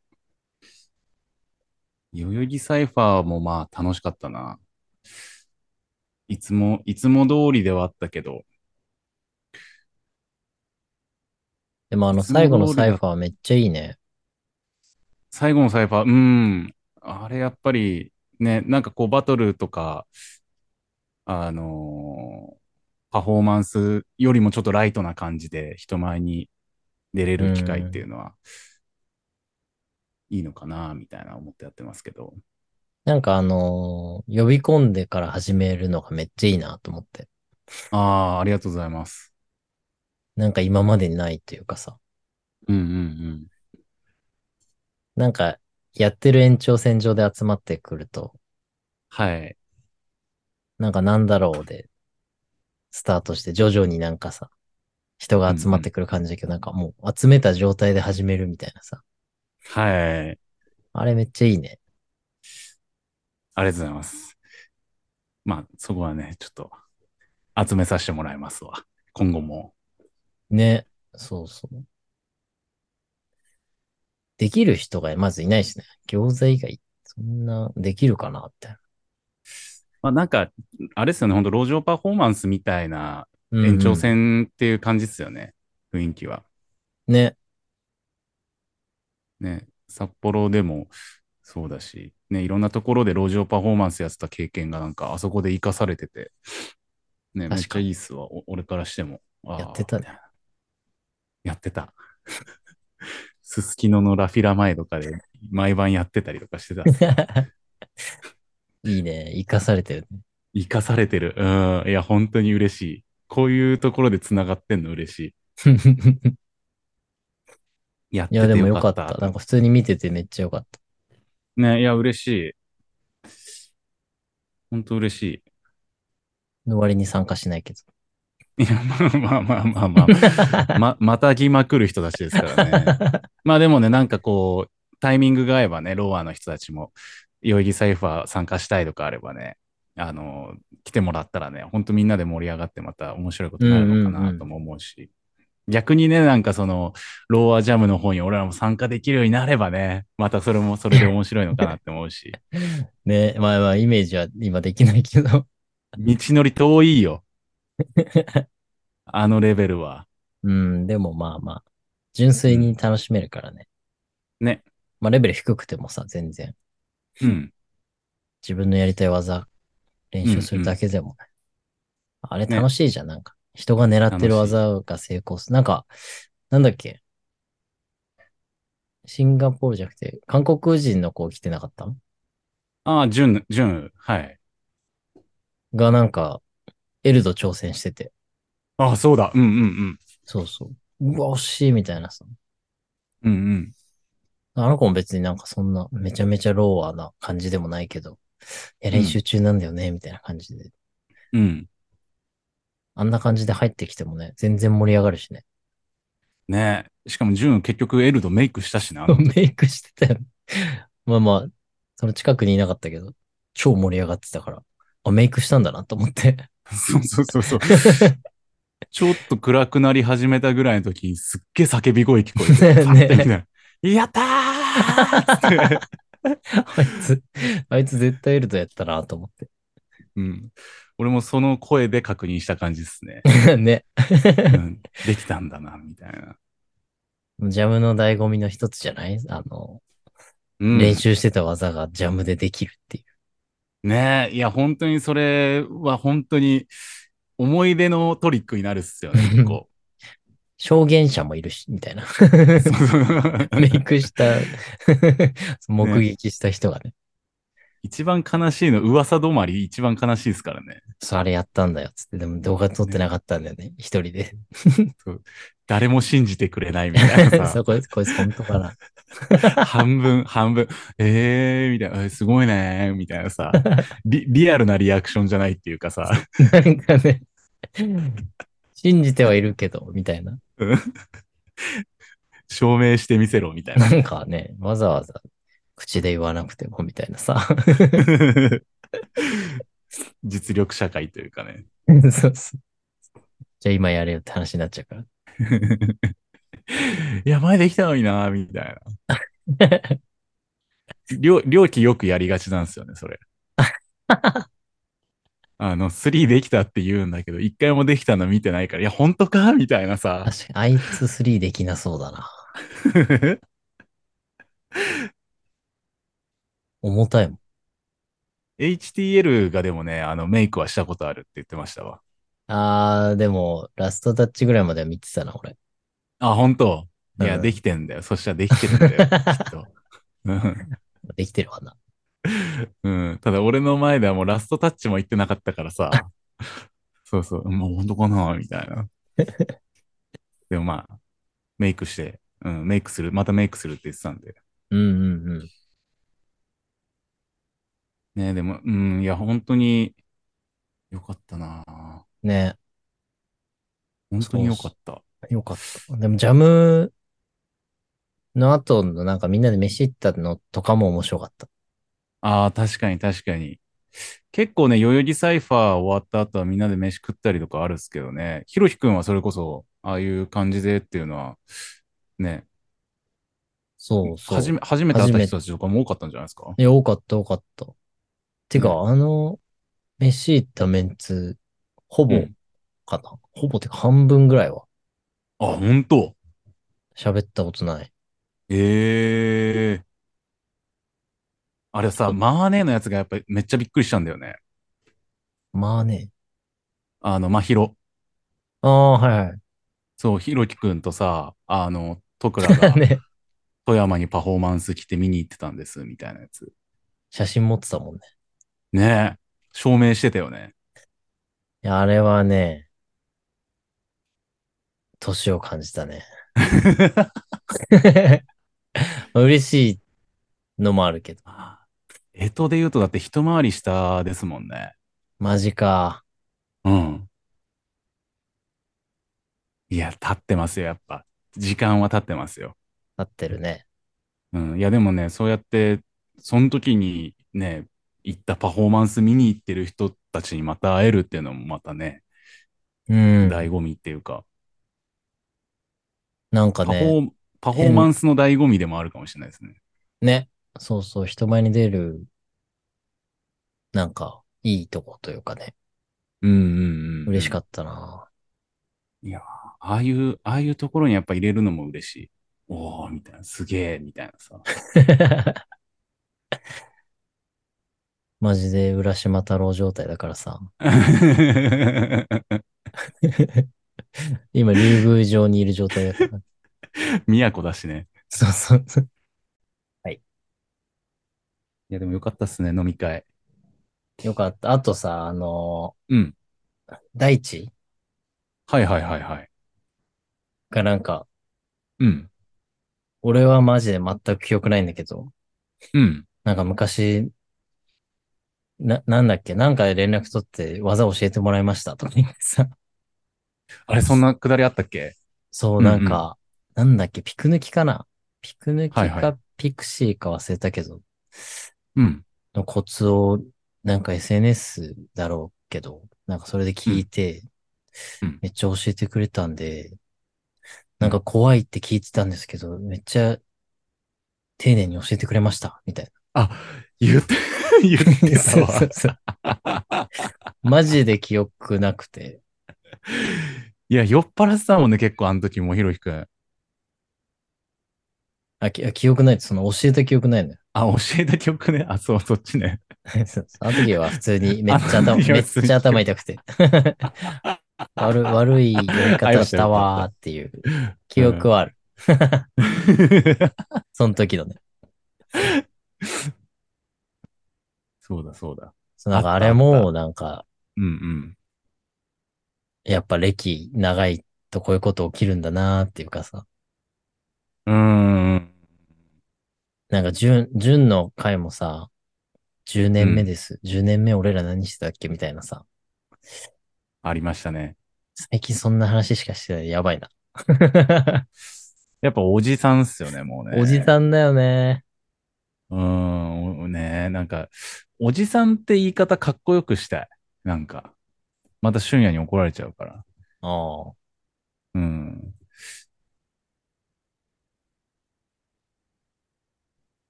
[SPEAKER 2] 代々木サイファーもまあ楽しかったな。いつも、いつも通りではあったけど、
[SPEAKER 1] でもあの、
[SPEAKER 2] いつも通
[SPEAKER 1] 最
[SPEAKER 2] り
[SPEAKER 1] 後
[SPEAKER 2] だ
[SPEAKER 1] のサイファーめっちゃいいね。
[SPEAKER 2] 最後のサイファー、うん。あれやっぱり、ね、なんかこうバトルとか、あのーパフォーマンスよりもちょっとライトな感じで人前に出れる機会っていうのは、いいのかな、みたいな思ってやってますけど。
[SPEAKER 1] なんかあのー呼び込んでから始めるのがめっちゃいいなと思って。
[SPEAKER 2] ああ、ありがとうございます。
[SPEAKER 1] なんか今までにないというかさ。
[SPEAKER 2] うんうん
[SPEAKER 1] なんか、やってる延長線上で集まってくると、
[SPEAKER 2] はい。
[SPEAKER 1] なんかなんだろうで、スタートして徐々になんかさ、人が集まってくる感じだけど、なんかもう集めた状態で始めるみたいなさ。
[SPEAKER 2] はい。
[SPEAKER 1] あれめっちゃいいね。
[SPEAKER 2] ありがとうございます。まあ、そこはね、ちょっと、集めさせてもらいますわ。今後も。
[SPEAKER 1] ね。そうそう。できる人がまずいないしね。餃子以外、そんなできるかなって。
[SPEAKER 2] まあ、なんか、あれですよね、本当路上パフォーマンスみたいな
[SPEAKER 1] うんうん
[SPEAKER 2] 延長戦っていう感じですよね、雰囲気は。
[SPEAKER 1] ね。
[SPEAKER 2] ね、札幌でもそうだし、ね、いろんなところで路上パフォーマンスやってた経験が、なんか、あそこで生かされてて、ね、めっ
[SPEAKER 1] 確
[SPEAKER 2] ち
[SPEAKER 1] か
[SPEAKER 2] ゃ
[SPEAKER 1] に
[SPEAKER 2] いいっすわ、お俺からしても。あー
[SPEAKER 1] やってたね。
[SPEAKER 2] やってた。 すすきののラフィラ前とかで毎晩やってたりとかして た。
[SPEAKER 1] いいね。生かされてるね。
[SPEAKER 2] 生かされてる。うん。いや、本当に嬉しい。こういうところで繋がってんの嬉し い。やっ
[SPEAKER 1] い
[SPEAKER 2] て
[SPEAKER 1] や、で
[SPEAKER 2] て
[SPEAKER 1] もよ
[SPEAKER 2] よ
[SPEAKER 1] か
[SPEAKER 2] か
[SPEAKER 1] っ
[SPEAKER 2] った。
[SPEAKER 1] た。なんか普通に見ててめっちゃよかった。
[SPEAKER 2] ね、いや、嬉しい。本当嬉し
[SPEAKER 1] の割に参加しないけど。
[SPEAKER 2] い。いや、まあまあまあまあまあ、ま、またぎまくる人たちですからね。まあでもね、なんかこう、タイミングが合えばね、ローアーの人たちも、代々木サイファー参加したいとかあればね、あの、来てもらったらね、ほんとみんなで盛り上がってまた面白いことになるのか
[SPEAKER 1] うんうんう
[SPEAKER 2] なんとも思うし、逆にね、なんかその、ローアージャムの方に俺らも参加できるようになればね、またそれもそれで面白いのかなって思うし、
[SPEAKER 1] ね。まあまあ、イメージは今できないけど。
[SPEAKER 2] 道のり遠いよ。あのレベルは。
[SPEAKER 1] うん、でもまあまあ、純粋に楽しめるからね。
[SPEAKER 2] ね。
[SPEAKER 1] まあ、レベル低くてもさ、全然。
[SPEAKER 2] うん。
[SPEAKER 1] 自分のやりたい技、練習するだけでもね。あれ
[SPEAKER 2] ね
[SPEAKER 1] 楽しいじゃん、なんか。人が狙ってる技が成功する。なんか、なんだっけシンガポールじゃなくて、韓国人の子来てなかった
[SPEAKER 2] ああ、純、純、はい。
[SPEAKER 1] がなんか、エルド挑戦してて。
[SPEAKER 2] ああ、そうだ。うんうん
[SPEAKER 1] そうそう。うわ、惜しいみたいなさ。
[SPEAKER 2] うん。うんうん。
[SPEAKER 1] あの子も別になんかそんな、めちゃめちゃローアな感じでもないけど、いや、練習中なんだよね、みたいな感じで。
[SPEAKER 2] うん。
[SPEAKER 1] あんな感じで入ってきてもね、全然盛り上がるしね。
[SPEAKER 2] ねえ。しかも、ジュン結局エルドメイクした しな。
[SPEAKER 1] メイクしてたよ。 まあまあ、その近くにいなかったけど、超盛り上がってたから、あ、メイクしたんだなと思って。
[SPEAKER 2] そうそうそうそう。ちょっと暗くなり始めたぐらいの時にすっげえ叫び声聞こえ
[SPEAKER 1] ねえ
[SPEAKER 2] て、パッて見たらやったーって
[SPEAKER 1] あいつ、あいつ絶対エルドやったなと思っ
[SPEAKER 2] うん。俺もその声で確認した感じで すね。
[SPEAKER 1] て。ね。
[SPEAKER 2] うん、できたんだな、みたいな。
[SPEAKER 1] ジャムの醍醐味の一つじゃないあの、
[SPEAKER 2] うん、
[SPEAKER 1] 練習してた技がジャムでできるっていう。
[SPEAKER 2] ねえ、いや、本当にそれは本当に思い出のトリックになるっすよね、結構。
[SPEAKER 1] 証言者もいるし、みたい な。
[SPEAKER 2] そうそう
[SPEAKER 1] メイクした、目撃した人がね、
[SPEAKER 2] 一番悲しいの、噂止まり一番悲しいですからね。
[SPEAKER 1] それやったんだよ、つって。でも動画撮ってなかったんだよね、一人で。
[SPEAKER 2] 誰も信じてくれないみたいなさ
[SPEAKER 1] そ。こ、こいつ本当かな。
[SPEAKER 2] 半分、半分、えー、みたいな、えーすごいねー、みたいなさ、リ、リアルなリアクションじゃないっていうかさ、
[SPEAKER 1] なんかね、信じてはいるけど、みたいな。
[SPEAKER 2] 証明してみせろ、みたいな
[SPEAKER 1] な。んかね、わざわざ口で言わなくても、みたいなさ。
[SPEAKER 2] 実力社会というかね。
[SPEAKER 1] そうそう。じゃあ今やれよって話になっちゃうから。
[SPEAKER 2] いや、前できたのにな、みたいな。 料料金よくやりがちなんですよね、それ。あの、3できたって言うんだけど、1回もできたの見てないから、いや、本当かみたいな さ。
[SPEAKER 1] 確かに、あいつ3できなそうだな。重たいもん。
[SPEAKER 2] HTL がでもね、あの、メイクはしたことあるって言ってましたわ。
[SPEAKER 1] あー、でも、ラストタッチぐらいまでは見てたな、俺。
[SPEAKER 2] あ、本当いや、
[SPEAKER 1] うん
[SPEAKER 2] できてんだよ。そしたらできてるんだ よ、きっと。うん
[SPEAKER 1] できてるわな。
[SPEAKER 2] うん、ただ俺の前ではもうラストタッチも言ってなかったからさ。そうそう、もう本当かなみたいな。でもまあ、メイクして、うん、メイクする、またメイクするって言ってたんで。
[SPEAKER 1] うんうんうん。
[SPEAKER 2] ねでも、うん、いや、本当に、よかったな
[SPEAKER 1] ね
[SPEAKER 2] 本当によかった。
[SPEAKER 1] よかった。でも、ジャムの後のなんかみんなで飯行ったのとかも面白かった。
[SPEAKER 2] ああ、確かに確かに。結構ね、代々木サイファー終わった後はみんなで飯食ったりとかあるっすけどね、ひろひくんはそれこそ、ああいう感じでっていうのは、ね、
[SPEAKER 1] そうそう。
[SPEAKER 2] 初め初めて会った人たちとかも多かったんじゃないですか
[SPEAKER 1] いや、多かった、多かった。てか、
[SPEAKER 2] う
[SPEAKER 1] あの、飯行ったメンツ、ほぼ
[SPEAKER 2] うん
[SPEAKER 1] かな。ほぼてか半分ぐらいは
[SPEAKER 2] あ、本当
[SPEAKER 1] 喋ったことない。
[SPEAKER 2] ええあれさ、マーネーのやつがやっぱりめっちゃびっくりしたんだよね。
[SPEAKER 1] まあね。
[SPEAKER 2] あの、まひろ。
[SPEAKER 1] ああ、はいは
[SPEAKER 2] そう、ひろきくんとさ、あの、徳良が
[SPEAKER 1] い。 ね。
[SPEAKER 2] 富山にパフォーマンス来て見に行ってたんです、みたいなやつ。
[SPEAKER 1] 写真持ってたもんね。
[SPEAKER 2] ねえ、証明してたよね。
[SPEAKER 1] いや、あれはね、年を感じた ね。嬉しいのもあるけど。
[SPEAKER 2] えとで言うとだって一回り下ですもんね。
[SPEAKER 1] マジか。
[SPEAKER 2] うん。いや、経ってますよ、やっぱ。時間は経ってますよ。
[SPEAKER 1] 合ってるね。
[SPEAKER 2] うん。いや、でもね、そうやって、その時にね、行ったパフォーマンス見に行ってる人たちにまた会えるっていうのもまたね、
[SPEAKER 1] うん。
[SPEAKER 2] 醍醐味っていうか、
[SPEAKER 1] なんか
[SPEAKER 2] パフ
[SPEAKER 1] ね。
[SPEAKER 2] ォー、パフォーマンスの醍醐味でもあるかもしれないですね。
[SPEAKER 1] ね。そうそう、人前に出る、なんか、いいとこというかね、
[SPEAKER 2] うんうんうん。
[SPEAKER 1] 嬉しか
[SPEAKER 2] っ
[SPEAKER 1] ったな、
[SPEAKER 2] た。ああいう、ああいうところにやっぱ入れるのも嬉しい。おー、みたいな、すげー、みたいなさ。
[SPEAKER 1] マジで浦島太郎状態だからさ。 今、竜宮城にいる状態だから。
[SPEAKER 2] 宮古だしね。
[SPEAKER 1] そうそうそう。
[SPEAKER 2] いや、でもよかったっすね、飲み会。
[SPEAKER 1] よかった。あとさ、あの
[SPEAKER 2] うん。
[SPEAKER 1] 大地
[SPEAKER 2] はいはいはいはい。
[SPEAKER 1] がなんか、
[SPEAKER 2] うん。
[SPEAKER 1] 俺はマジで全く記憶ないんだけど、
[SPEAKER 2] うん。
[SPEAKER 1] なんか昔、な、なんだっけ、なんかで連絡取って技教えてもらいましたとか言ってさ、
[SPEAKER 2] あれ、そんなくだりあったっけ
[SPEAKER 1] そう、
[SPEAKER 2] うんう
[SPEAKER 1] なんんか、なんだっけ、ピク抜きかなピク抜き
[SPEAKER 2] はいは
[SPEAKER 1] かピクシーか忘れたけど、
[SPEAKER 2] うん。
[SPEAKER 1] のコツを、なんか SNS だろうけど、なんかそれで聞いて
[SPEAKER 2] うんうん、
[SPEAKER 1] めっちゃ教えてくれたんで、なんか怖いって聞いてたんですけど、めっちゃ丁寧に教えてくれました、みたいな。
[SPEAKER 2] あ、言って、言って たわ
[SPEAKER 1] そうそう マジで記憶なくて。
[SPEAKER 2] いや、酔っ払ってたもんね、結構、あの時も、ひろひくん。
[SPEAKER 1] あ、き記憶ないって、その教えた記憶ないのよ。
[SPEAKER 2] あ、教えた曲ね。あ、そう、そっ ちね。
[SPEAKER 1] そうそうあの時は普通にめっちゃ頭、
[SPEAKER 2] あの時
[SPEAKER 1] め
[SPEAKER 2] は
[SPEAKER 1] っ
[SPEAKER 2] 普通に
[SPEAKER 1] ちゃ頭痛くて。 悪悪いやり方したわーっていう記憶はある。その時のね。
[SPEAKER 2] そうだ、そうだ。
[SPEAKER 1] そうなんか
[SPEAKER 2] あ
[SPEAKER 1] あ
[SPEAKER 2] った
[SPEAKER 1] れもなんか、
[SPEAKER 2] うんうん。
[SPEAKER 1] やっぱ歴長いとこういうこと起きるんだなーっていうかさ。
[SPEAKER 2] うーん。
[SPEAKER 1] なんか、純、純の回もさ、10年目です。10年目俺ら何してたっけみたいなさ。
[SPEAKER 2] ありましたね。
[SPEAKER 1] 最近そんな話しかしてない。やば いな。
[SPEAKER 2] やっぱおじさんっすよね、もうね。
[SPEAKER 1] おじさんだよね。
[SPEAKER 2] うーん、おねえ、なんか、おじさんって言い方かっこよくしたい。なんか、また俊也に怒られちゃうから。
[SPEAKER 1] ああ。
[SPEAKER 2] うん。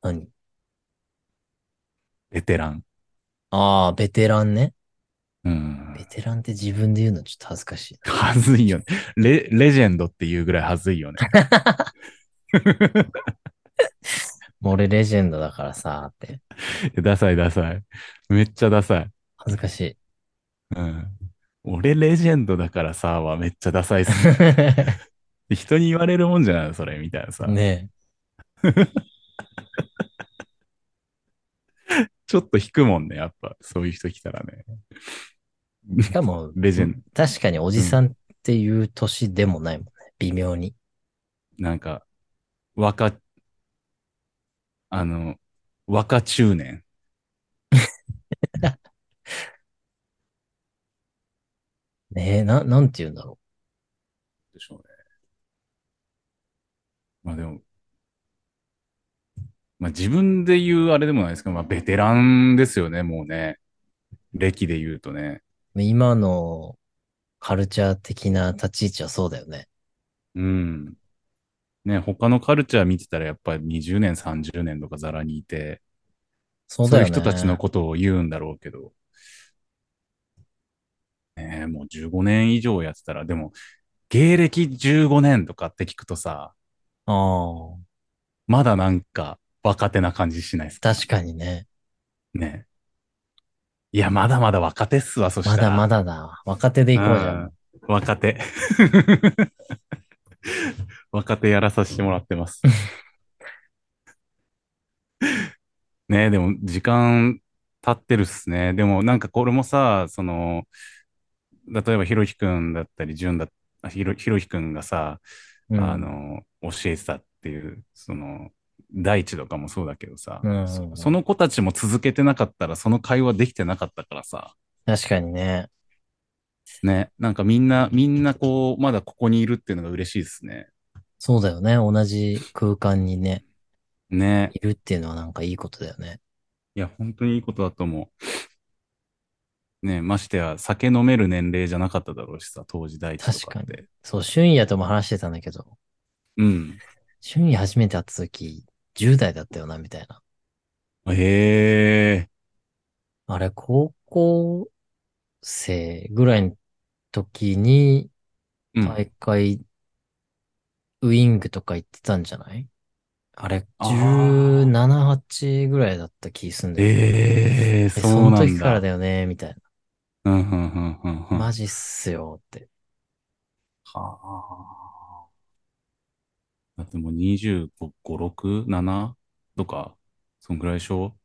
[SPEAKER 1] 何
[SPEAKER 2] ベテラン。
[SPEAKER 1] ああ、ベテランね。
[SPEAKER 2] うん。
[SPEAKER 1] ベテランって自分で言うのちょっと恥ずかしい。
[SPEAKER 2] はずいよね。レ、レジェンドっていうぐらいはずい よね。
[SPEAKER 1] もう俺レジェンドだからさ、って。
[SPEAKER 2] ダサいダサい。めっちゃダサい。
[SPEAKER 1] 恥ずかしい。
[SPEAKER 2] うん。俺レジェンドだからさ、はめっちゃダサいっすね人に言われるもんじゃないそれ、みたいなさ。
[SPEAKER 1] ね
[SPEAKER 2] ちょっと引くもんね、やっぱ。そういう人来たらね。
[SPEAKER 1] え。しかも、
[SPEAKER 2] レジェンド
[SPEAKER 1] 確かにおじさんっていう年でもないもんね。微妙に。
[SPEAKER 2] なんか、若、あの、若中年。
[SPEAKER 1] ねえ、な、なんて言うんだろ
[SPEAKER 2] でしょうね。まあでも、まあ自分で言うあれでもないですけど、まあベテランですよね、もうね。歴で言うとね。
[SPEAKER 1] う。今のカルチャー的な立ち位置はそうだよね。
[SPEAKER 2] うん。ね、他のカルチャー見てたらやっぱり20年、30年とかざらにいて、
[SPEAKER 1] そう
[SPEAKER 2] そう
[SPEAKER 1] だ
[SPEAKER 2] いう
[SPEAKER 1] よね。
[SPEAKER 2] 人たちのことを言うんだろうけど、ねえ、もう15年以上やってたら、でも、芸歴15年とかって聞くとさ、
[SPEAKER 1] ああ。
[SPEAKER 2] まだなんか若手な感じしないですか
[SPEAKER 1] 確かにね。
[SPEAKER 2] ね。いや、まだまだ若手っすわ、そした
[SPEAKER 1] ま
[SPEAKER 2] ら。
[SPEAKER 1] だまだだわ。若手で行こうじゃ。
[SPEAKER 2] うんん若手。 若手やらさせてもらってます。ねえ、でも時間経ってるっすね。でもなんかこれもさ、その、例えばひろひくんだったり、じゅんだあひろ、ひろひくんがさ、
[SPEAKER 1] うん
[SPEAKER 2] あ、の、教えてたっていう、その、大地とかもそうだけどさ、
[SPEAKER 1] うん
[SPEAKER 2] そその子たちも続けてなかったら、その会話できてなかったからさ、
[SPEAKER 1] 確かにね。
[SPEAKER 2] ね、なんかみんな、みんなこう、まだここにいるっていうのが嬉しいですね。
[SPEAKER 1] そうだよね。同じ空間にね、
[SPEAKER 2] ね、
[SPEAKER 1] いるっていうのはなんかいいことだよね。
[SPEAKER 2] いや、本当にいいことだと思う。ね、ましてや、酒飲める年齢じゃなかっただろうしさ、当時大地とかって。
[SPEAKER 1] 確そう、俊也とも話してたんだけど、
[SPEAKER 2] うん。
[SPEAKER 1] 俊也初めて会った時、10代だったよな、みたいな。
[SPEAKER 2] へえ。
[SPEAKER 1] あれ、高校生ぐらいの時に、
[SPEAKER 2] うん。
[SPEAKER 1] 大会、ウイングとか行ってたんじゃないあれ、
[SPEAKER 2] あー
[SPEAKER 1] 17、8ぐらいだった気すんだよね
[SPEAKER 2] ええ、
[SPEAKER 1] え
[SPEAKER 2] そうなんだ。
[SPEAKER 1] その時からだよね、みたい
[SPEAKER 2] うん、うん、うん、うん、う
[SPEAKER 1] な。
[SPEAKER 2] ん。
[SPEAKER 1] マジっすよって。
[SPEAKER 2] はあ。だってもう25、6、7とか、そんぐらいでしょ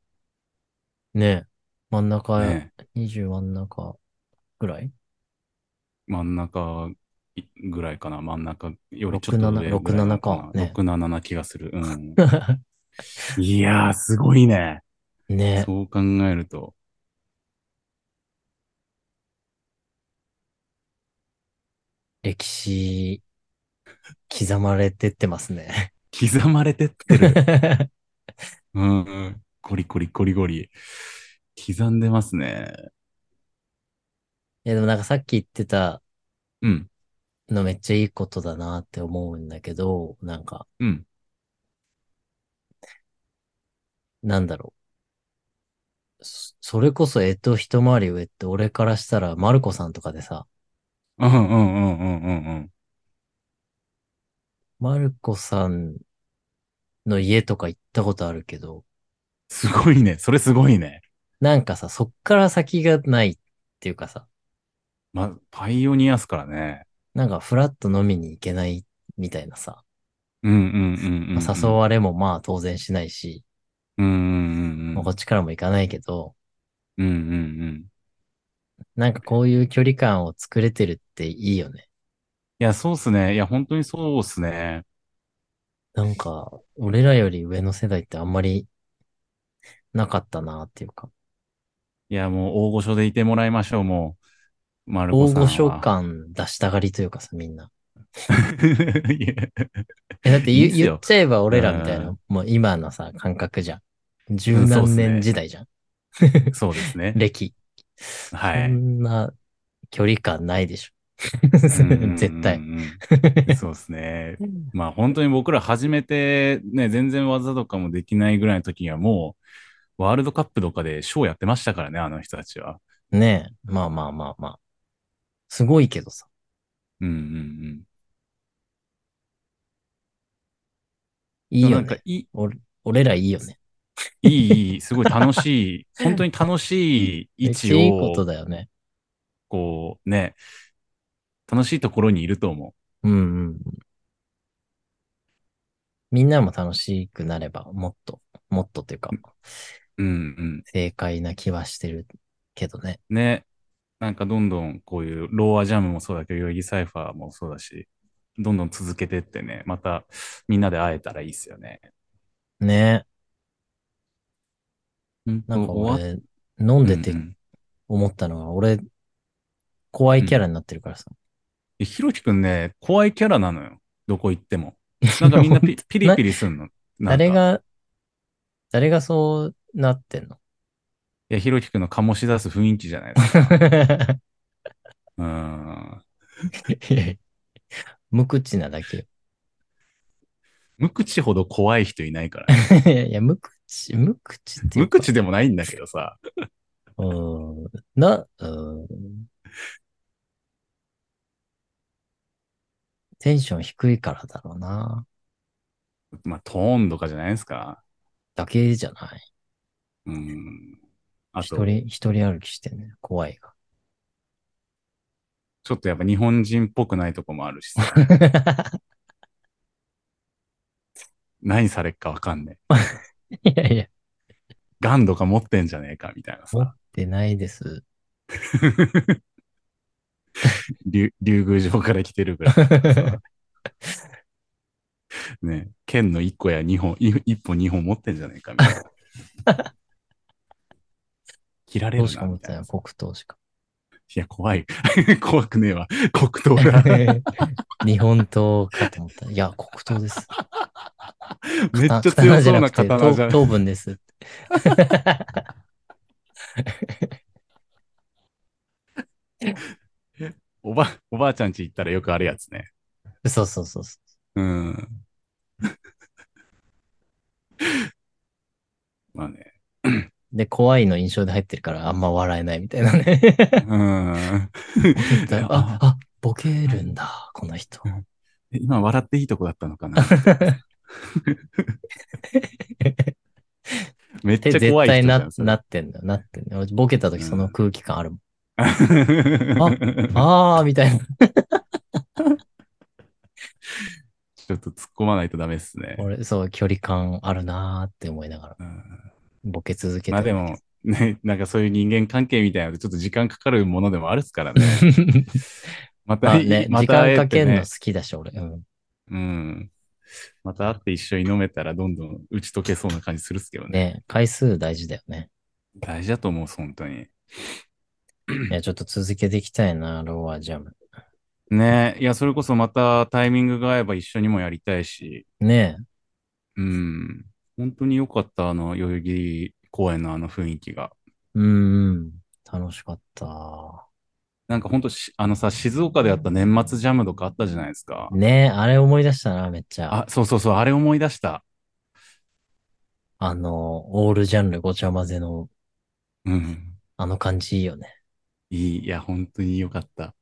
[SPEAKER 1] ねえ真ん中、
[SPEAKER 2] ね
[SPEAKER 1] 20真ん中ぐらい
[SPEAKER 2] 真ん中ぐらいかな。真ん中よりちょっと
[SPEAKER 1] 67
[SPEAKER 2] 上ぐらいなのか
[SPEAKER 1] 67か
[SPEAKER 2] な。
[SPEAKER 1] ね
[SPEAKER 2] 6、7な気がする。うん。いやー、すごいね。
[SPEAKER 1] ね
[SPEAKER 2] そう考えると。
[SPEAKER 1] 歴史、刻まれてってますね。
[SPEAKER 2] 刻まれて ってる。うんうん。コリコリコリコリ。刻んでますね。
[SPEAKER 1] いや、でもなんかさっき言ってた
[SPEAKER 2] うん。
[SPEAKER 1] のめっちゃいいことだなって思うんだけど、なんか、
[SPEAKER 2] うん。
[SPEAKER 1] なんだろう。そそれこそ、えっと、一回り上って、俺からしたら、マルコさんとかでさ、
[SPEAKER 2] うんうんうんうんうんうん。
[SPEAKER 1] マルコさんの家とか行ったことあるけど、
[SPEAKER 2] すごいね。それすごいね。
[SPEAKER 1] なんかさ、そっから先がないっていうかさ、
[SPEAKER 2] ま、パイオニアっすからね。
[SPEAKER 1] なんかフラッと飲みに行けないみたいなさ、
[SPEAKER 2] うんうんうんうん、うん。
[SPEAKER 1] まあ誘われもまあ当然しないし、
[SPEAKER 2] うんうんうんう
[SPEAKER 1] まあ
[SPEAKER 2] ん
[SPEAKER 1] こ。っちからも行かないけど、
[SPEAKER 2] うんうんうん。い
[SPEAKER 1] なんかこういう距離感を作れてるっていいよね。
[SPEAKER 2] や、そうっすね。いや、本当にそうっすね。
[SPEAKER 1] なんか、俺らより上の世代ってあんまりなかったなっていうか、
[SPEAKER 2] いや、もう大御所でいてもらいましょう、もう。丸子
[SPEAKER 1] 大
[SPEAKER 2] さんは
[SPEAKER 1] 御所。感出したがりというかさ、みんな。
[SPEAKER 2] いや
[SPEAKER 1] え、だって
[SPEAKER 2] いい
[SPEAKER 1] 言
[SPEAKER 2] っすよ
[SPEAKER 1] 言っちゃえば俺らみたいな
[SPEAKER 2] う、
[SPEAKER 1] もう今のさ、感覚じゃん。十
[SPEAKER 2] うんそうっ
[SPEAKER 1] 何
[SPEAKER 2] すね
[SPEAKER 1] 年時代じゃん。
[SPEAKER 2] そうですね。
[SPEAKER 1] 歴。
[SPEAKER 2] はい
[SPEAKER 1] そんな距離感ないでしょ。 絶対。
[SPEAKER 2] うんうんうん。そうですね。まあ本当に僕ら始めて、ね、全然技とかもできないぐらいの時にはもう、ワールドカップとかでショーやってましたからね、あの人たちは。
[SPEAKER 1] ねえ。まあまあまあまあ。すごいけどさ。
[SPEAKER 2] うんうんうん。
[SPEAKER 1] いいよ
[SPEAKER 2] なんか
[SPEAKER 1] ね。
[SPEAKER 2] いい、
[SPEAKER 1] 俺俺らいいよね。
[SPEAKER 2] いい、いい、すごい楽し い、本当に楽しい位
[SPEAKER 1] めっ
[SPEAKER 2] 置
[SPEAKER 1] ちゃいいこと
[SPEAKER 2] を、
[SPEAKER 1] だよね。
[SPEAKER 2] こうね、楽しいところにいると思
[SPEAKER 1] うんうんうん。みんなも楽しくなれば、もっと、もっとというか、
[SPEAKER 2] う。うんうん。
[SPEAKER 1] 正解な気はしてるけどね。
[SPEAKER 2] ね、なんかどんどんこういうローアジャムもそうだけど、代々木サイファーもそうだし、どんどん続けてってね、またみんなで会えたらいいっすよね。
[SPEAKER 1] ねえ。なんか
[SPEAKER 2] っ
[SPEAKER 1] 俺、飲んでて思ったのが、俺、怖いキャラになってるからさ。
[SPEAKER 2] ひろきくんね、怖いキャラなのよ。どこ行っても。なんかみん なピピリピリすんの。なんか
[SPEAKER 1] 誰が、誰がそうなってんの
[SPEAKER 2] いや、ひろきくんの醸し出す雰囲気じゃないの。うん。
[SPEAKER 1] いやいや無口なだけよ。
[SPEAKER 2] 無口ほど怖い人いな いから、ね。
[SPEAKER 1] いやいや、無口、無口っていう
[SPEAKER 2] 無
[SPEAKER 1] か。
[SPEAKER 2] 口でもないんだけどさ。
[SPEAKER 1] うん。な、うん。テンション低いからだろうな。
[SPEAKER 2] まあ、トーンとかじゃないですか。
[SPEAKER 1] だけじゃない。
[SPEAKER 2] うん。あ
[SPEAKER 1] 一
[SPEAKER 2] と、
[SPEAKER 1] 人、一人歩きしてんね。怖いが。
[SPEAKER 2] ちょっとやっぱ日本人っぽくないとこもあるしさ。 何されっかわかんねえ。
[SPEAKER 1] いやいや、
[SPEAKER 2] ガンとか持ってんじゃねえかみたいな
[SPEAKER 1] 持
[SPEAKER 2] さ。
[SPEAKER 1] ってないです。
[SPEAKER 2] 竜竜宮城から来てるぐらいだからさ。ねえ剣の1個や2本、い一本2本持ってんじゃねえかみたいな。 切られ
[SPEAKER 1] ど
[SPEAKER 2] る
[SPEAKER 1] うしか
[SPEAKER 2] な
[SPEAKER 1] 持
[SPEAKER 2] み
[SPEAKER 1] って
[SPEAKER 2] たい
[SPEAKER 1] ない
[SPEAKER 2] な。い
[SPEAKER 1] 黒糖しか。
[SPEAKER 2] や、怖い。 怖くねえわ。黒糖 が。
[SPEAKER 1] 日本刀かと思った。いや、黒糖です。
[SPEAKER 2] めっちゃ
[SPEAKER 1] 刀
[SPEAKER 2] 強そ
[SPEAKER 1] 刀じ
[SPEAKER 2] うな刀じゃ
[SPEAKER 1] ゃなくて
[SPEAKER 2] ん
[SPEAKER 1] 糖。糖分です。
[SPEAKER 2] おば、おばあちゃんち行ったらよくあるやつね。
[SPEAKER 1] そうそうそうそ
[SPEAKER 2] うん。 まあね。
[SPEAKER 1] う。で、怖いの印象で入ってるから、あんま笑えないみたいなね。
[SPEAKER 2] うん。
[SPEAKER 1] あ、あ、ボケるんだ、この人。
[SPEAKER 2] え今笑っていいとこだったの かなめっち
[SPEAKER 1] 手
[SPEAKER 2] ゃ
[SPEAKER 1] 絶
[SPEAKER 2] 怖い人
[SPEAKER 1] 対
[SPEAKER 2] じゃ、
[SPEAKER 1] なん
[SPEAKER 2] そ れ
[SPEAKER 1] なってんだよ、なってんだよ。俺ボケた時その空気感あるもん。
[SPEAKER 2] ち
[SPEAKER 1] あーみたいな。
[SPEAKER 2] ょっと突っ込まないとダメっすね。
[SPEAKER 1] 俺、そう、距離感あるなーって思いながら、
[SPEAKER 2] うん
[SPEAKER 1] ボケ続けて。
[SPEAKER 2] まあ でも、ね、なんかそういう人間関係みたいなのでちょっと時間かかるものでもあるっすからね。ま
[SPEAKER 1] ま
[SPEAKER 2] た、
[SPEAKER 1] あね、
[SPEAKER 2] ま
[SPEAKER 1] 時
[SPEAKER 2] た会
[SPEAKER 1] 間
[SPEAKER 2] え
[SPEAKER 1] かけ
[SPEAKER 2] て
[SPEAKER 1] んの
[SPEAKER 2] ね
[SPEAKER 1] 好。きだし、俺。うん。
[SPEAKER 2] うん。また会って一緒に飲めたらどんどん打ち解けそうな感じするっすけどね。
[SPEAKER 1] ね、回数大事だよ ね。
[SPEAKER 2] 大事だと思うっす、本当に。
[SPEAKER 1] いや、ちょっと続けていきたいな、ローアジャム。
[SPEAKER 2] ねいや、それこそまたタイミングが合えば一緒にもやりたいし。
[SPEAKER 1] ねえ
[SPEAKER 2] うん。本当に良かった、あの、代々木公園のあの雰囲気が。
[SPEAKER 1] うんうん。楽しかった。
[SPEAKER 2] なんか本当し、あのさ、静岡であった年末ジャムとかあったじゃないですか。
[SPEAKER 1] ねえ、あれ思い出したな、めっちゃ。
[SPEAKER 2] あ、そうそうそう、あれ思い出した。
[SPEAKER 1] あの、オールジャンルごちゃ混ぜの、
[SPEAKER 2] うん。
[SPEAKER 1] あの感じいいよね。
[SPEAKER 2] いい、いや、本当に良かった。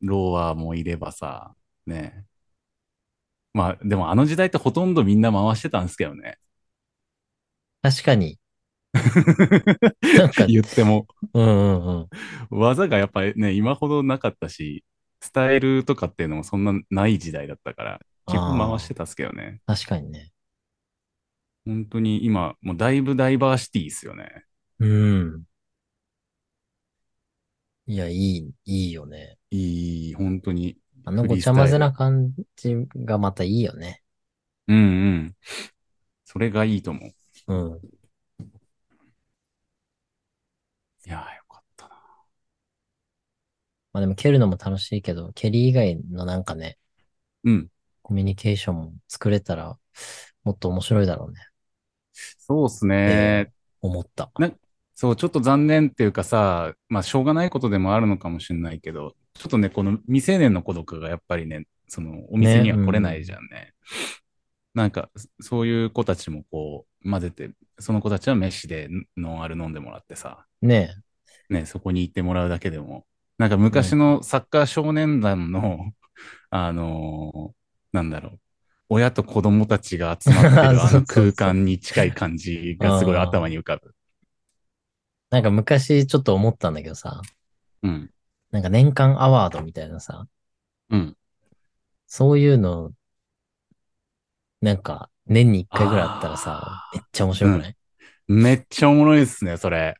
[SPEAKER 2] ローアーもいればさ、ね。まあ、でもあの時代ってほとんどみんな回してたんですけどね。
[SPEAKER 1] 確かに。なんか、
[SPEAKER 2] 言っても。
[SPEAKER 1] うんうんうん。
[SPEAKER 2] 技がやっぱりね、今ほどなかったし、スタイルとかっていうのもそんなない時代だったから、結構回してたっすけどね。
[SPEAKER 1] 確かにね。
[SPEAKER 2] 本当に今、もうだいぶダイバーシティですよね。
[SPEAKER 1] うん。いや、いい、いいよね。
[SPEAKER 2] いい、本当に。
[SPEAKER 1] あのごちゃ混ぜな感じがまたいいよね。
[SPEAKER 2] うんうん。それがいいと思う。い
[SPEAKER 1] うん。
[SPEAKER 2] やー、よかったな。
[SPEAKER 1] まあでも蹴るのも楽しいけど、蹴り以外のなんかね、
[SPEAKER 2] うん。
[SPEAKER 1] コミュニケーションも作れたら、もっと面白いだろうね。
[SPEAKER 2] そうっすね。
[SPEAKER 1] 思った。
[SPEAKER 2] そう、ちょっと残念っていうかさ、まあ、しょうがないことでもあるのかもしれないけど、ちょっとね、この未成年の子とかがやっぱりね、そのお店には来れないじゃんね。なんか、そういう子たちもこう、混ぜて、その子たちは飯でノンアル飲んでもらってさ、
[SPEAKER 1] ねえ。
[SPEAKER 2] ね、そこに行ってもらうだけでも、なんか昔のサッカー少年団の、 あのーなんだろう、親と子供たちが集まってる
[SPEAKER 1] そう
[SPEAKER 2] あ
[SPEAKER 1] そうそう
[SPEAKER 2] の空間に近い感じがすごい頭に浮かぶ。
[SPEAKER 1] なんか昔ちょっと思ったんだけどさ、
[SPEAKER 2] うん。
[SPEAKER 1] なんか年間アワードみたいなさ、
[SPEAKER 2] うん。
[SPEAKER 1] そういうの、なんか年に一回ぐらいあったらさ
[SPEAKER 2] あ、
[SPEAKER 1] めっちゃ面白くない、だか
[SPEAKER 2] めっちゃおもろいっすね、それ。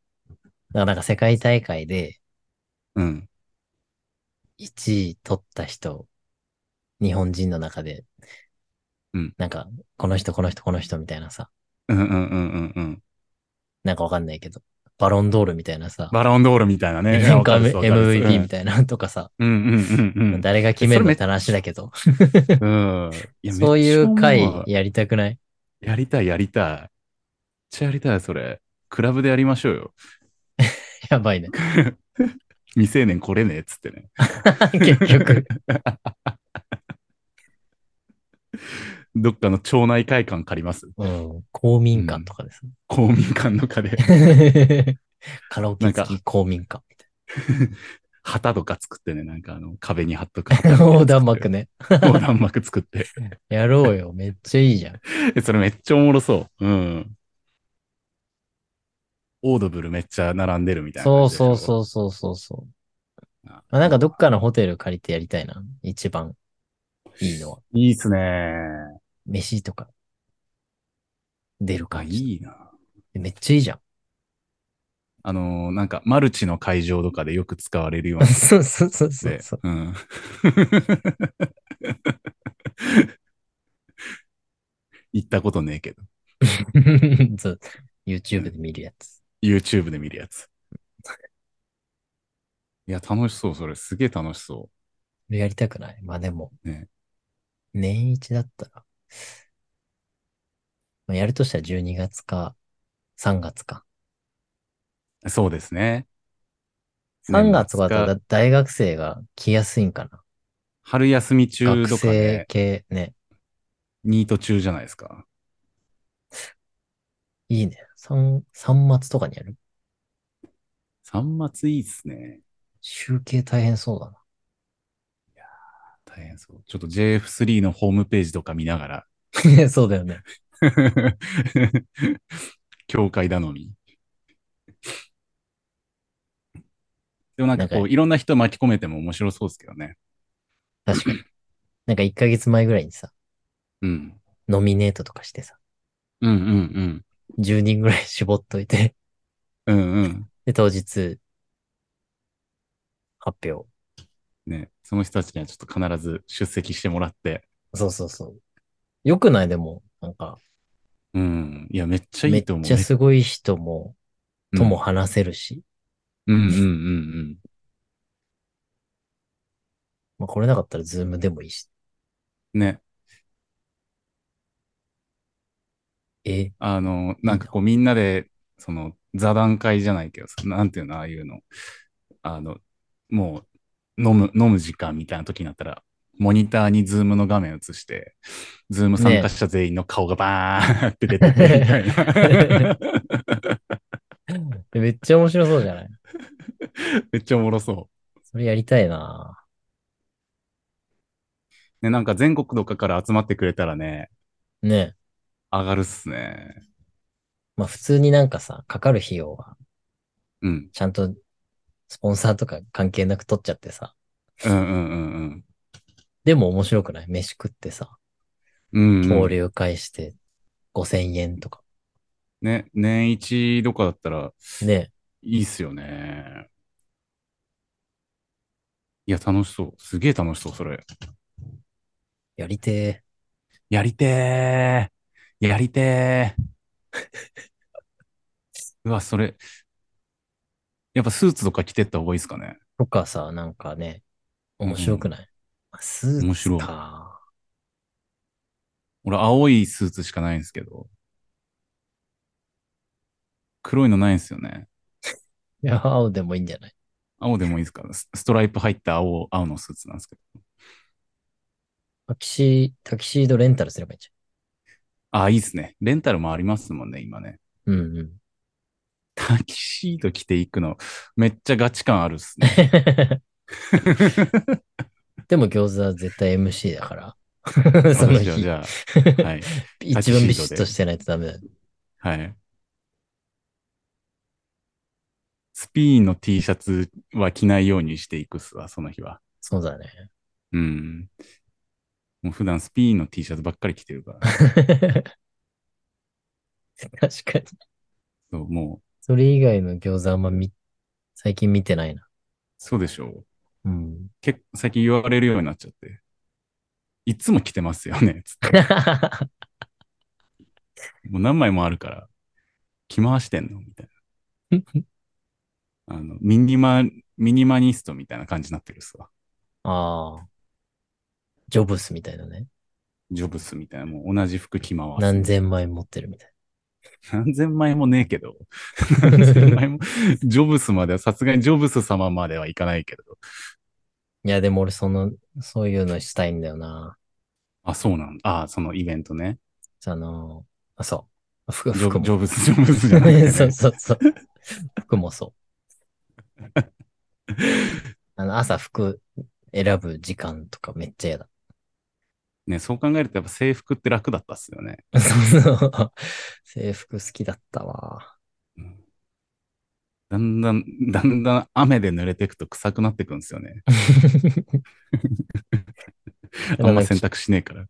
[SPEAKER 1] らなんか世界大会で
[SPEAKER 2] うん。
[SPEAKER 1] 1位取った人、日本人の中で、
[SPEAKER 2] うん
[SPEAKER 1] なんか、この人、この人、この人みたいなさ、
[SPEAKER 2] うんうんうんうんうん。
[SPEAKER 1] なんかわかんないけど、バロンドールみたいなさ、
[SPEAKER 2] バロンドールみたいなね。
[SPEAKER 1] なんか
[SPEAKER 2] わるっすわるっす
[SPEAKER 1] MVP みたいなのとかさ、
[SPEAKER 2] うんうん うんうん。
[SPEAKER 1] 誰が決めるのって話だけど、
[SPEAKER 2] うん。いや
[SPEAKER 1] そういう回
[SPEAKER 2] めっちゃ思うわ
[SPEAKER 1] やりたくない
[SPEAKER 2] やりたい、やりたい。めっちゃやりたい、それ。クラブでやりましょうよ。
[SPEAKER 1] やばい ね。
[SPEAKER 2] 未成年来れねえっつってね。
[SPEAKER 1] 結局。
[SPEAKER 2] どっかの町内会館借ります
[SPEAKER 1] うん。公民館とかですね。
[SPEAKER 2] 公民館の かで
[SPEAKER 1] カラオケ付き公民館みた
[SPEAKER 2] 旗とか作ってね、なんかあの壁に貼っとく。
[SPEAKER 1] いな。 横断幕。ね。
[SPEAKER 2] 横断幕作って。
[SPEAKER 1] やろうよ。めっちゃいいじゃん。
[SPEAKER 2] えそれめっちゃおもろそう。うん。オードブルめっちゃ並んでるみたいな
[SPEAKER 1] そう
[SPEAKER 2] 感じでしょ。
[SPEAKER 1] そうそうそうそうそう。
[SPEAKER 2] あ
[SPEAKER 1] あなんかどっかのホテル借りてやりたいな。一番いいのは。
[SPEAKER 2] いいっすね。
[SPEAKER 1] 飯とか。出る
[SPEAKER 2] あ、
[SPEAKER 1] 感じ。
[SPEAKER 2] いいな。
[SPEAKER 1] めっちゃいいじゃん。
[SPEAKER 2] あのーなんかマルチの会場とかでよく使われるような
[SPEAKER 1] そうそうそうそう
[SPEAKER 2] で
[SPEAKER 1] そう。
[SPEAKER 2] うん。 行ったことねえけど、
[SPEAKER 1] そう。YouTube で見るやつ。
[SPEAKER 2] YouTube で見るやつ。 いや、楽しそう、それ。すげえ楽しそ
[SPEAKER 1] やりたくないまあでも。
[SPEAKER 2] ね
[SPEAKER 1] 年一だったら。まあやるとしたら12月か3月か。
[SPEAKER 2] う。そうですね。
[SPEAKER 1] 3月は
[SPEAKER 2] 年末か
[SPEAKER 1] だ大学生が来やすいんかな。
[SPEAKER 2] 春休み中
[SPEAKER 1] 学
[SPEAKER 2] とか
[SPEAKER 1] 生
[SPEAKER 2] で、
[SPEAKER 1] 系ね。
[SPEAKER 2] ニート中じゃないですか。
[SPEAKER 1] いいね。3、3末とかにやる
[SPEAKER 2] 3末いいっすね。
[SPEAKER 1] 集計大変そうだな。
[SPEAKER 2] 大変そう。ちょっと JF3 のホームページとか見ながら、
[SPEAKER 1] いや そうだよね。
[SPEAKER 2] 教会頼み。でもなんか
[SPEAKER 1] な
[SPEAKER 2] こ
[SPEAKER 1] ん
[SPEAKER 2] う、いろんな人巻き込めても面白そうですけどね。
[SPEAKER 1] 確かに。なんか1ヶ月前ぐらいにさ、
[SPEAKER 2] うん。
[SPEAKER 1] ノミネートとかしてさ、
[SPEAKER 2] うんうん
[SPEAKER 1] 10人ぐらい絞っといて、
[SPEAKER 2] うん。うんうん。
[SPEAKER 1] で、当日、発表。
[SPEAKER 2] ね、その人たちにはちょっと必ず出席してもらって。
[SPEAKER 1] そうそうそう。よくないでも、なんか、
[SPEAKER 2] うん。いや、めっちゃい
[SPEAKER 1] め
[SPEAKER 2] い
[SPEAKER 1] っ
[SPEAKER 2] と思う。
[SPEAKER 1] ちゃすごい人も、
[SPEAKER 2] うん
[SPEAKER 1] とも話せるし、
[SPEAKER 2] うんうんうんうん。
[SPEAKER 1] まあこれなかったらズームでもいいし、
[SPEAKER 2] ね。
[SPEAKER 1] え、
[SPEAKER 2] あの、なんかこう、みんなで、その、座談会じゃないけど、そのなんていうの、ああいうの。あの、もう、飲む、飲む時間みたいな時になったら、モニターにズームの画面映して、ズーム参加者全員の顔がバーンって出てくるみた いな。
[SPEAKER 1] めっちゃ面白そうじゃない
[SPEAKER 2] めっちゃおもろそ
[SPEAKER 1] それやりたいな
[SPEAKER 2] う。ね、なんか全国とかから集まってくれたらね、
[SPEAKER 1] ねえ。
[SPEAKER 2] 上がるっすね。
[SPEAKER 1] まあ普通になんかさ、かかる費用は、
[SPEAKER 2] うん。
[SPEAKER 1] ちゃんと、スポンサーとか関係なく取っちゃってさ。
[SPEAKER 2] うんうんうん
[SPEAKER 1] でも面白くない飯食ってさ、
[SPEAKER 2] うん。うん、う
[SPEAKER 1] 交
[SPEAKER 2] ん。
[SPEAKER 1] 流会して、5000円とか。
[SPEAKER 2] ね、年一とかだったら
[SPEAKER 1] ね
[SPEAKER 2] いいっすよね。いや、楽しそう。すげえ楽しそう、それ。
[SPEAKER 1] え、やりてえ。
[SPEAKER 2] やりてー。やりてー。うわ、それ。やっぱスーツとか着てった方がいいですかね。
[SPEAKER 1] とかさ、なんかね、面白くない、まあスーツか。
[SPEAKER 2] 面白い俺、青いスーツしかないんですけど。黒いのないんですよね。
[SPEAKER 1] いや、青でもいいんじゃない
[SPEAKER 2] 青でもいいですかスストライプ入った青、青のスーツなんですけど。
[SPEAKER 1] タキシー、タキシードレンタルすればいいんじ
[SPEAKER 2] あ、いいですね。レンタルもありますもんね、今ね。
[SPEAKER 1] ゃん。 うんうん。
[SPEAKER 2] タキシード着ていくの、めっちゃガチ感あるっすね。
[SPEAKER 1] でも餃子は絶対 MC だ から。 その
[SPEAKER 2] 私は
[SPEAKER 1] 日
[SPEAKER 2] じ。ゃあ、はい。
[SPEAKER 1] 一番ビシッとしてないとダメだよ。
[SPEAKER 2] はい。スピーンの T シャツは着ないようにしていくっすわ、その日は。
[SPEAKER 1] そうだね。
[SPEAKER 2] うん。もう普段スピーンの T シャツばっかり着て るから。
[SPEAKER 1] 確かに。
[SPEAKER 2] そう、もう、
[SPEAKER 1] それ以外の餃子あんまみ、最近見てないな。
[SPEAKER 2] そうでしょう。
[SPEAKER 1] うん。
[SPEAKER 2] 結構最近言われるようになっちゃって。いつも着てますよね、つって。もう何枚もあるから、着回してんのみたいな。あの、ミニマ、ミニマニストみたいな感じになってるっすわ。
[SPEAKER 1] ああ。ジョブスみたいなね。
[SPEAKER 2] ジョブスみたいな、もう同じ服着回す。
[SPEAKER 1] 何千枚持ってるみたい
[SPEAKER 2] 何千枚もねえけ ど。何千枚も。ジョブスまでは、さすがにジョブス様まではいかないけど。
[SPEAKER 1] な。いや、でも俺その、そういうのしたいんだよな。
[SPEAKER 2] あ、そうなんだ。あ、そのイベントね。
[SPEAKER 1] あの、あ、そう。服、
[SPEAKER 2] ジョ
[SPEAKER 1] 服
[SPEAKER 2] ブ
[SPEAKER 1] も。
[SPEAKER 2] ジョブス、ジョブスじゃな い
[SPEAKER 1] そうそうそう。服もそう。 あの、朝服選ぶ時間とかめっちゃ嫌だ。
[SPEAKER 2] ね、そう考えるとやっぱ制服って楽だったっすよね。
[SPEAKER 1] そうそう。制服好きだったわ。
[SPEAKER 2] だんだん、だんだん雨で濡れていくと臭くなってくんです よね。あんま洗濯しねえから。い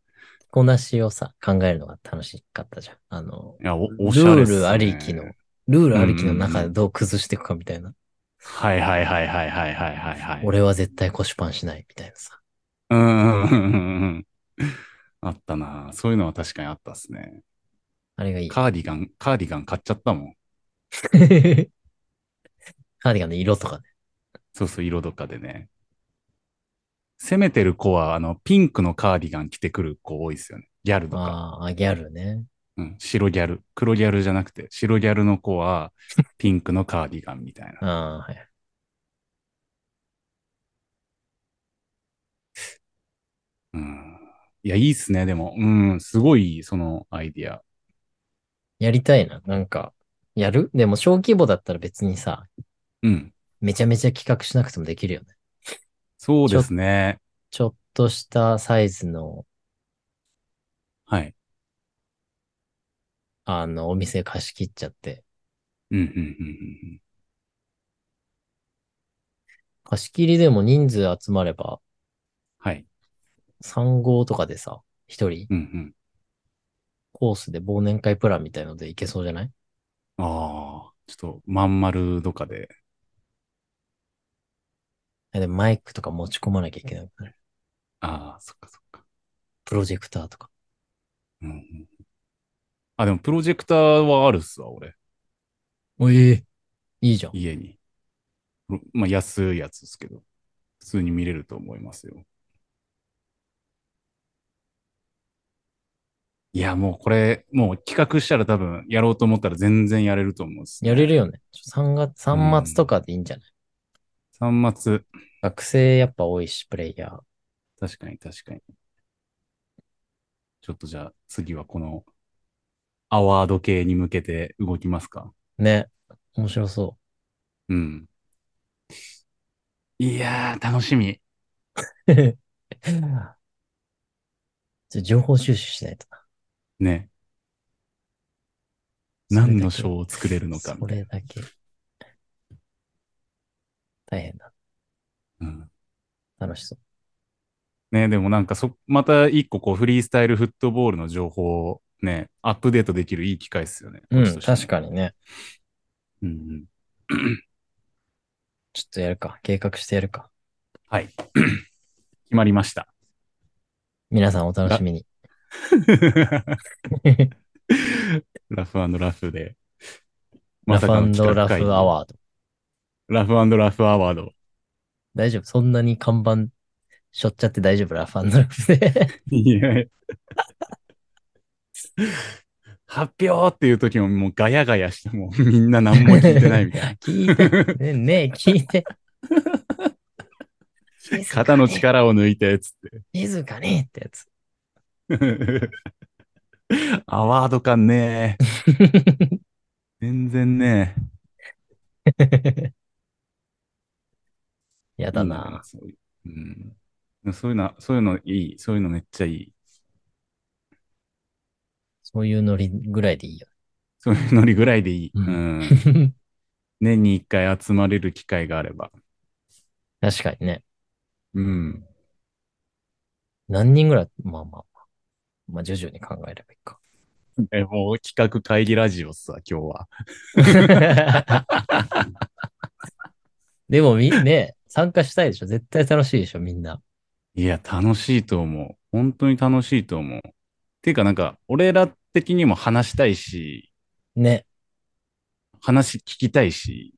[SPEAKER 1] 着こなしをさ、考えるのが楽しかったじゃん。あの、
[SPEAKER 2] や、お、
[SPEAKER 1] ル
[SPEAKER 2] おしゃれっ
[SPEAKER 1] ー
[SPEAKER 2] すね
[SPEAKER 1] ルありきの。、ルールありきの中でどう崩していくかみたいな。
[SPEAKER 2] はいはいはいはいはいはいはいはい。
[SPEAKER 1] 俺は絶対腰パンしないみたいなさ。
[SPEAKER 2] うんうんうんうんうん。 あったなそういうのは確かにあったっすね。
[SPEAKER 1] あれがいい。 カ
[SPEAKER 2] カーディガン、カーディガン買っちゃったもん。
[SPEAKER 1] ーディガンの色とかね。
[SPEAKER 2] そうそう、色とかでね。攻めてる子は、あの、ピンクのカーディガン着てくる子多いですよね。ギャルとか。
[SPEAKER 1] あーあ、ギャルね。
[SPEAKER 2] うん、白ギャル。黒ギャルじゃなくて、白ギャルの子は、ピンクのカーディガンみたいな。
[SPEAKER 1] ああ、はい。
[SPEAKER 2] うん。いや、いいっすね、でも。うん、すごい、そのアイディア。
[SPEAKER 1] やりたいな。なんか、やるでも小規模だったら別にさ、
[SPEAKER 2] うん。
[SPEAKER 1] めちゃめちゃ企画しなくてもできるよね。
[SPEAKER 2] そうですね。
[SPEAKER 1] ちょっとしたサイズの、
[SPEAKER 2] はい。
[SPEAKER 1] あの、お店貸し切っちゃって。
[SPEAKER 2] うん、うん、うんうん
[SPEAKER 1] 貸し切りでも人数集まれば、
[SPEAKER 2] うん。はい。
[SPEAKER 1] 3号とかでさ、一人
[SPEAKER 2] うん、うん。
[SPEAKER 1] コースで忘年会プランみたいのでいけそうじゃない
[SPEAKER 2] ああ、ちょっと、まん丸とかで。
[SPEAKER 1] えでもマイクとか持ち込まなきゃいけないから。
[SPEAKER 2] ああ、そっかそっか。
[SPEAKER 1] プロジェクターとか。
[SPEAKER 2] うん、うん。あ、でも、プロジェクターはあるっすわ、俺。
[SPEAKER 1] おええいいじゃん。
[SPEAKER 2] 家に。ろまあ、安いやつですけど。普通に見れると思いますよ。いや、もうこれ、もう企画したら多分、やろうと思ったら全然やれると思うんです、
[SPEAKER 1] やれ
[SPEAKER 2] る。
[SPEAKER 1] るよね。3月、3末とかでいいんじゃない、
[SPEAKER 2] 端末、
[SPEAKER 1] 学生やっぱ多いし、プレイヤー。
[SPEAKER 2] 確かに確かに。ちょっとじゃあ、次はこの、アワード系に向けて動きますか。
[SPEAKER 1] ね。面白そ
[SPEAKER 2] うん。いやー、楽しみ。
[SPEAKER 1] う。 ちょ情報収集しないと
[SPEAKER 2] ね。
[SPEAKER 1] な。
[SPEAKER 2] 何の章を作れるのかみ
[SPEAKER 1] そ
[SPEAKER 2] たいな
[SPEAKER 1] れだけ。大変だ。
[SPEAKER 2] うん
[SPEAKER 1] 楽しそう。
[SPEAKER 2] ね、でもなんかそ、また一個こうフリースタイルフットボールの情報をね、アップデートできるいい機会ですよね。
[SPEAKER 1] うん、確か
[SPEAKER 2] に。
[SPEAKER 1] にね。
[SPEAKER 2] うんうん、
[SPEAKER 1] ちょっとやるか。計画してやるか。
[SPEAKER 2] はい。 決まりました。
[SPEAKER 1] 皆さんお楽しみに。
[SPEAKER 2] ラフラフで。
[SPEAKER 1] ラフラフア
[SPEAKER 2] ー
[SPEAKER 1] ワード。
[SPEAKER 2] ド。ラフラフアワード。
[SPEAKER 1] 大丈夫そんなに看板しょっちゃって大丈夫ラフラフ で。
[SPEAKER 2] いや発表っていう時 ももうガヤガヤしてもうみんな何も聞いてないみたいな。
[SPEAKER 1] 聞いて。ねねえ、聞いて。
[SPEAKER 2] 肩の力を抜いて、つって。
[SPEAKER 1] 静かにってやつ。
[SPEAKER 2] アワード感ねえ。全然ね
[SPEAKER 1] や
[SPEAKER 2] え。
[SPEAKER 1] だ
[SPEAKER 2] いいね
[SPEAKER 1] な。
[SPEAKER 2] そういううん。そういうの、そういうのいい。そういうのめっちゃいい。
[SPEAKER 1] そういうノリぐらいでいいよ。
[SPEAKER 2] そういうノリぐらいでいい。
[SPEAKER 1] う
[SPEAKER 2] うん。年に一回集まれる機会があれば。
[SPEAKER 1] 確かにね。
[SPEAKER 2] うん。
[SPEAKER 1] 何人ぐらい、まあまあまあ。まあ徐々に考えればいいか。
[SPEAKER 2] えもう企画会議ラジオっすわ、今日は。
[SPEAKER 1] でもみ、ね、参加したいでしょ。絶対楽しいでしょ、みんな。
[SPEAKER 2] いや、楽しいと思う。本当に楽しいと思う。っていうかなんか、俺ら的にも話したいし、
[SPEAKER 1] ね。
[SPEAKER 2] 話聞きたいし、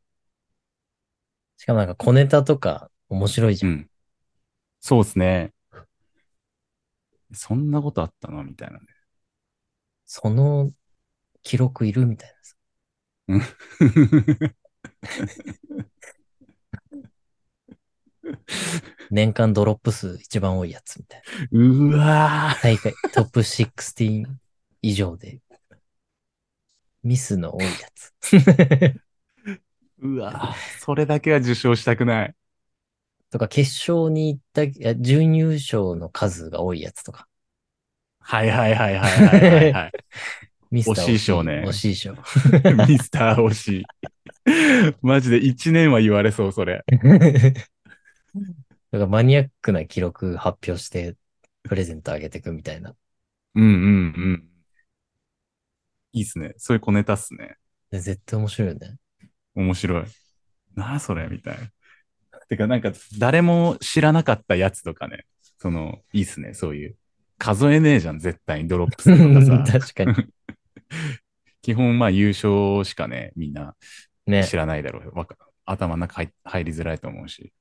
[SPEAKER 1] しかもなんか小ネタとか面白いじ
[SPEAKER 2] う
[SPEAKER 1] ゃん。
[SPEAKER 2] ん。そうですね。そんなことあったのみたいなね。
[SPEAKER 1] その記録いるみたいなさ。年間ドロップ数一番多いやつみたいな。
[SPEAKER 2] うわ
[SPEAKER 1] 大 会、トップ16以上で。ミスの多いやつ。
[SPEAKER 2] ーうわーそれだけは受賞したくない。
[SPEAKER 1] とか、決勝に行った、いや準優勝の数が多いやつとか。
[SPEAKER 2] はいはいはいはいはいはい、はい。
[SPEAKER 1] ミスター
[SPEAKER 2] 惜しい賞ね
[SPEAKER 1] 惜しい賞。
[SPEAKER 2] ミスター惜しい。マジで1年は言われそう、それ。
[SPEAKER 1] だからマニアックな記録発表して、プレゼントあげてくみたいな。
[SPEAKER 2] うんうんうん。いいっすね。そういう小ネタっすね。
[SPEAKER 1] で絶対面白いよね。
[SPEAKER 2] 面白い。なあ、それみたいな。てか、なんか、誰も知らなかったやつとかね。その、いいっすね、そういう。数えねえじゃん、絶対にドロップすると かさ。
[SPEAKER 1] 確かに。
[SPEAKER 2] 基本、まあ、優勝しかね、みんな
[SPEAKER 1] ね
[SPEAKER 2] 知。らないだろう。わか頭の中入入りづらいと思うし。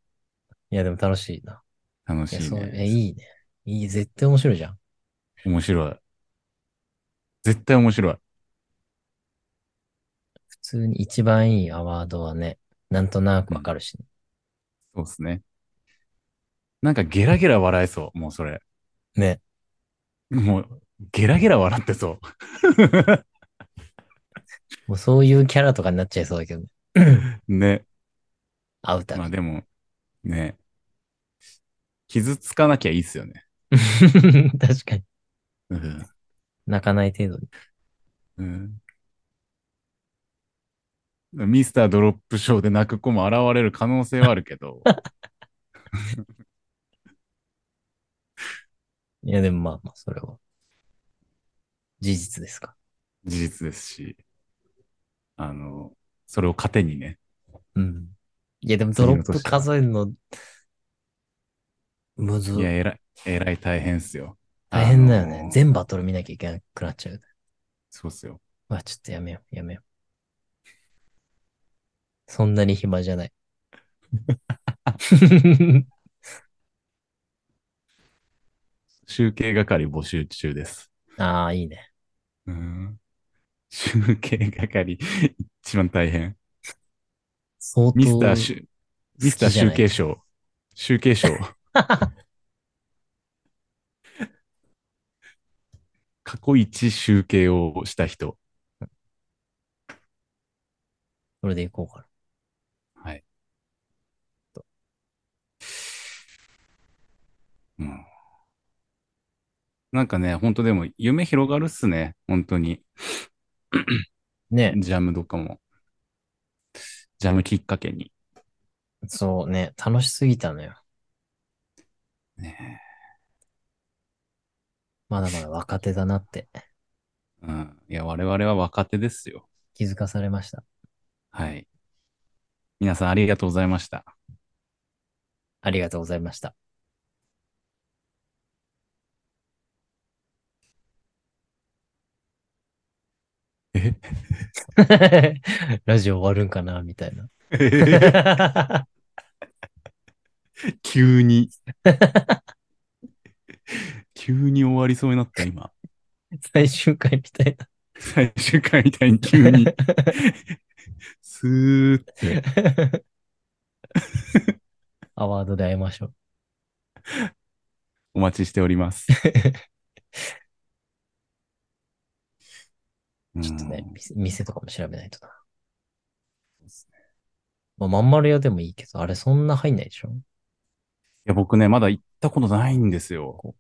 [SPEAKER 1] いや、でも楽しいな。
[SPEAKER 2] 楽
[SPEAKER 1] いや、
[SPEAKER 2] しい
[SPEAKER 1] そう、え
[SPEAKER 2] ね。
[SPEAKER 1] いいね。いい、絶対面白いじゃん。
[SPEAKER 2] 面白い。絶対面白い。
[SPEAKER 1] 普通に一番いいアワードはね、なんとなくわかるし、ね
[SPEAKER 2] そうっすね。なんかゲラゲラ笑えそう、もうそれ。
[SPEAKER 1] ね。
[SPEAKER 2] もう、ゲラゲラ笑ってそう。
[SPEAKER 1] もうそういうキャラとかになっちゃいそうだけどね。
[SPEAKER 2] ね。
[SPEAKER 1] 会うたび。
[SPEAKER 2] まあでも、ね。傷つかなきゃいいっすよね。
[SPEAKER 1] 確かに。
[SPEAKER 2] うん。
[SPEAKER 1] 泣かない程度に。
[SPEAKER 2] うん、ミスタードロップショーで泣く子も現れる可能性はあるけど、
[SPEAKER 1] いや、でもまあまあ、それは。事実ですか。
[SPEAKER 2] 事実ですし、あの、それを糧にね。
[SPEAKER 1] うん。いや、でもドロップ数えるの、むず
[SPEAKER 2] いや、えらい、えらい大変っすよ。
[SPEAKER 1] 大変だよね。
[SPEAKER 2] あの
[SPEAKER 1] 全バトル見なきゃいけなくなっちゃう。
[SPEAKER 2] そうっすよ。
[SPEAKER 1] まあちょっとやめよう、やめよう。そんなに暇じゃ ない。
[SPEAKER 2] 集計係募集中です。
[SPEAKER 1] ああ、いいね。
[SPEAKER 2] うん。集計係、一番大変。
[SPEAKER 1] 相当。
[SPEAKER 2] ミスター集、ミスター集計賞。集計賞。過去一集計をした人。
[SPEAKER 1] それでいこうかな。
[SPEAKER 2] はい。うん、なんかね、本当でも夢広がるっすね。本当に。
[SPEAKER 1] ね、
[SPEAKER 2] ジャムとかも。ジャムきっかけに。
[SPEAKER 1] そうね、楽しすぎたのよ。
[SPEAKER 2] ね
[SPEAKER 1] まだまだ若手だなって
[SPEAKER 2] うん、いや、我々は若手ですよ。
[SPEAKER 1] 気づかされました。
[SPEAKER 2] はい。皆さんありがとうございました。
[SPEAKER 1] ありがとうございました。
[SPEAKER 2] え
[SPEAKER 1] ラジオ終わるんかなみたいな。
[SPEAKER 2] 急に。 急に終わりそうになった、今。
[SPEAKER 1] 最終回みたい
[SPEAKER 2] 最終回みたいに急 に。スーッて。
[SPEAKER 1] な。アワードで会いましょう。
[SPEAKER 2] お待ちしており ます。
[SPEAKER 1] ちょっとね
[SPEAKER 2] うん、
[SPEAKER 1] 店店とかも調べないとな。まあ、まんまる屋でもいいけど、あれそんな入んないでしょ
[SPEAKER 2] いや、僕ね、まだ行ったことないんですよ。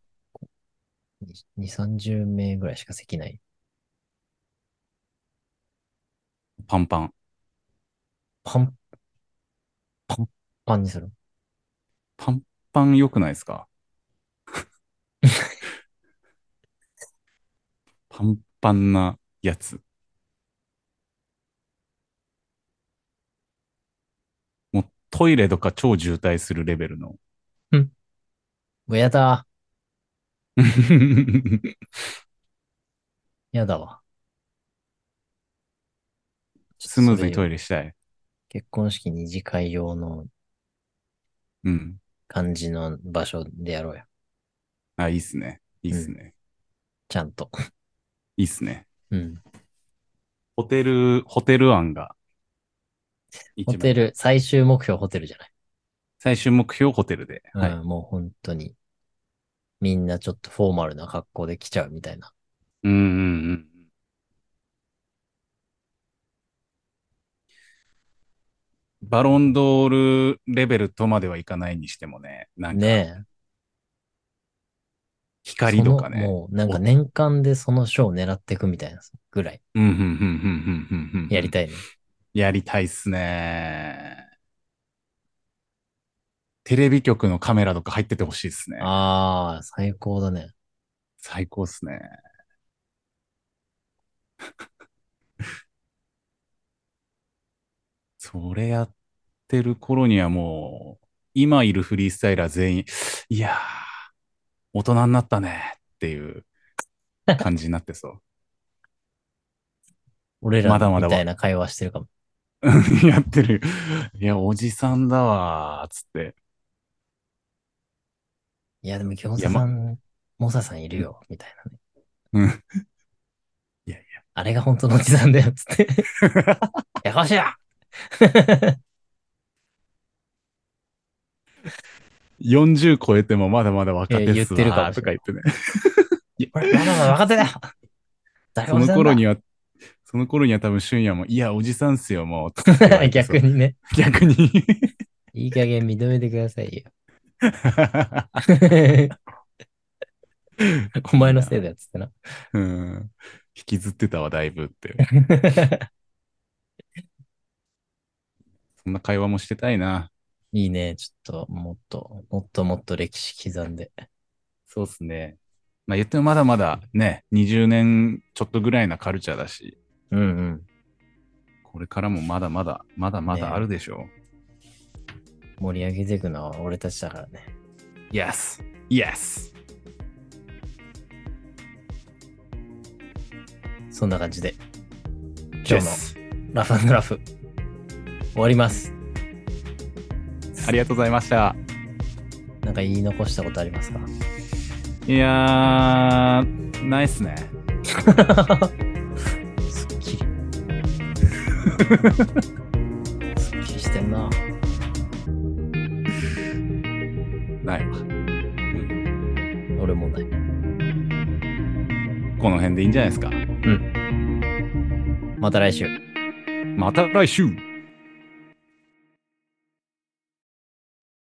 [SPEAKER 1] ?2、30名ぐらいしか席ない。
[SPEAKER 2] パンパン。
[SPEAKER 1] パン、パンパンにする。
[SPEAKER 2] パンパン良くないですか パンパンなやつ。もうトイレとか超渋滞するレベル の。
[SPEAKER 1] もうやだ。やだわ。
[SPEAKER 2] スムーズにトイ
[SPEAKER 1] レ。
[SPEAKER 2] レしたい。
[SPEAKER 1] 結婚式二次会用の
[SPEAKER 2] うん。
[SPEAKER 1] 感じの場所でやろうよ。
[SPEAKER 2] あ、いいっすね。いいっすね。
[SPEAKER 1] ちゃんと。
[SPEAKER 2] いいっすね。
[SPEAKER 1] うん。
[SPEAKER 2] ホテル、ホテル案が。一
[SPEAKER 1] ホ
[SPEAKER 2] 番
[SPEAKER 1] テ。ル、最終目標ホテルじゃない。
[SPEAKER 2] 最終目標ホテルで。はい。
[SPEAKER 1] うん、もう本当に。みんなちょっとフォーマルな格好で来ちゃうみたいな。
[SPEAKER 2] うんうんうん。バロンドールレベルとまではいかないにしてもね、なんか
[SPEAKER 1] ねえ。
[SPEAKER 2] 光とか
[SPEAKER 1] その
[SPEAKER 2] ね。
[SPEAKER 1] もうなんか年間でその賞を狙っていくみたいなぐらい
[SPEAKER 2] うんうんうんうんうんうんうん。
[SPEAKER 1] やりたいね。
[SPEAKER 2] やりたいっすね。テレビ局のカメラとか入っててほしいっすね。
[SPEAKER 1] ああ、最高だね。
[SPEAKER 2] 最高っすね。 それやってる頃にはもう、今いるフリースタイラー全員、いやー、大人になったねっていう感じになってそ
[SPEAKER 1] 俺ら
[SPEAKER 2] まだまだ
[SPEAKER 1] みたいな会話してるかも。
[SPEAKER 2] う。 やってる。いや、おじさんだわー、つって。
[SPEAKER 1] いや、でもギョー
[SPEAKER 2] いや
[SPEAKER 1] ザ
[SPEAKER 2] ま
[SPEAKER 1] さん、モサさんいるよ、みたいなね。
[SPEAKER 2] うん。
[SPEAKER 1] あれが本当のおじさんだよ、つっ て。やかましいや
[SPEAKER 2] 40超えてもまだまだ若手っすわ
[SPEAKER 1] いや言ってるか
[SPEAKER 2] ー
[SPEAKER 1] もし
[SPEAKER 2] と
[SPEAKER 1] れない
[SPEAKER 2] か言ってね。
[SPEAKER 1] これ、まだまだ若手だよ誰
[SPEAKER 2] そ
[SPEAKER 1] も
[SPEAKER 2] の
[SPEAKER 1] 知らんな
[SPEAKER 2] 頃には、その頃には多分俊也も、いや、おじさんっすよ、もう。とか言わ れて そう
[SPEAKER 1] 逆にね。
[SPEAKER 2] 逆に。
[SPEAKER 1] いい加減認めてくださいよ。 お前のせいだよ、つってな。
[SPEAKER 2] うん。引きずってたわ、だいぶって。 そんな会話もしてたいな。
[SPEAKER 1] いいね、ちょっと、もっと、もっともっと歴史刻んで。
[SPEAKER 2] そうっすね。まあ言ってもまだまだね、20年ちょっとぐらいなカルチャーだし、
[SPEAKER 1] うんうん。
[SPEAKER 2] これからもまだまだ、まだまだあるでしょ
[SPEAKER 1] 盛り上げていくのは俺たちだからね。
[SPEAKER 2] う。yes! Yes!
[SPEAKER 1] そんな感じで、今日の
[SPEAKER 2] Yes!
[SPEAKER 1] ラフラフ、終わります。
[SPEAKER 2] ありがとうございました。
[SPEAKER 1] なんか言い残したことありますか
[SPEAKER 2] いやー、ないっすね。
[SPEAKER 1] すっきり。すっきりしてんな。
[SPEAKER 2] ないわ。うん
[SPEAKER 1] 俺もない。
[SPEAKER 2] この辺でいいんじゃないですか。
[SPEAKER 1] また来週。
[SPEAKER 2] また来週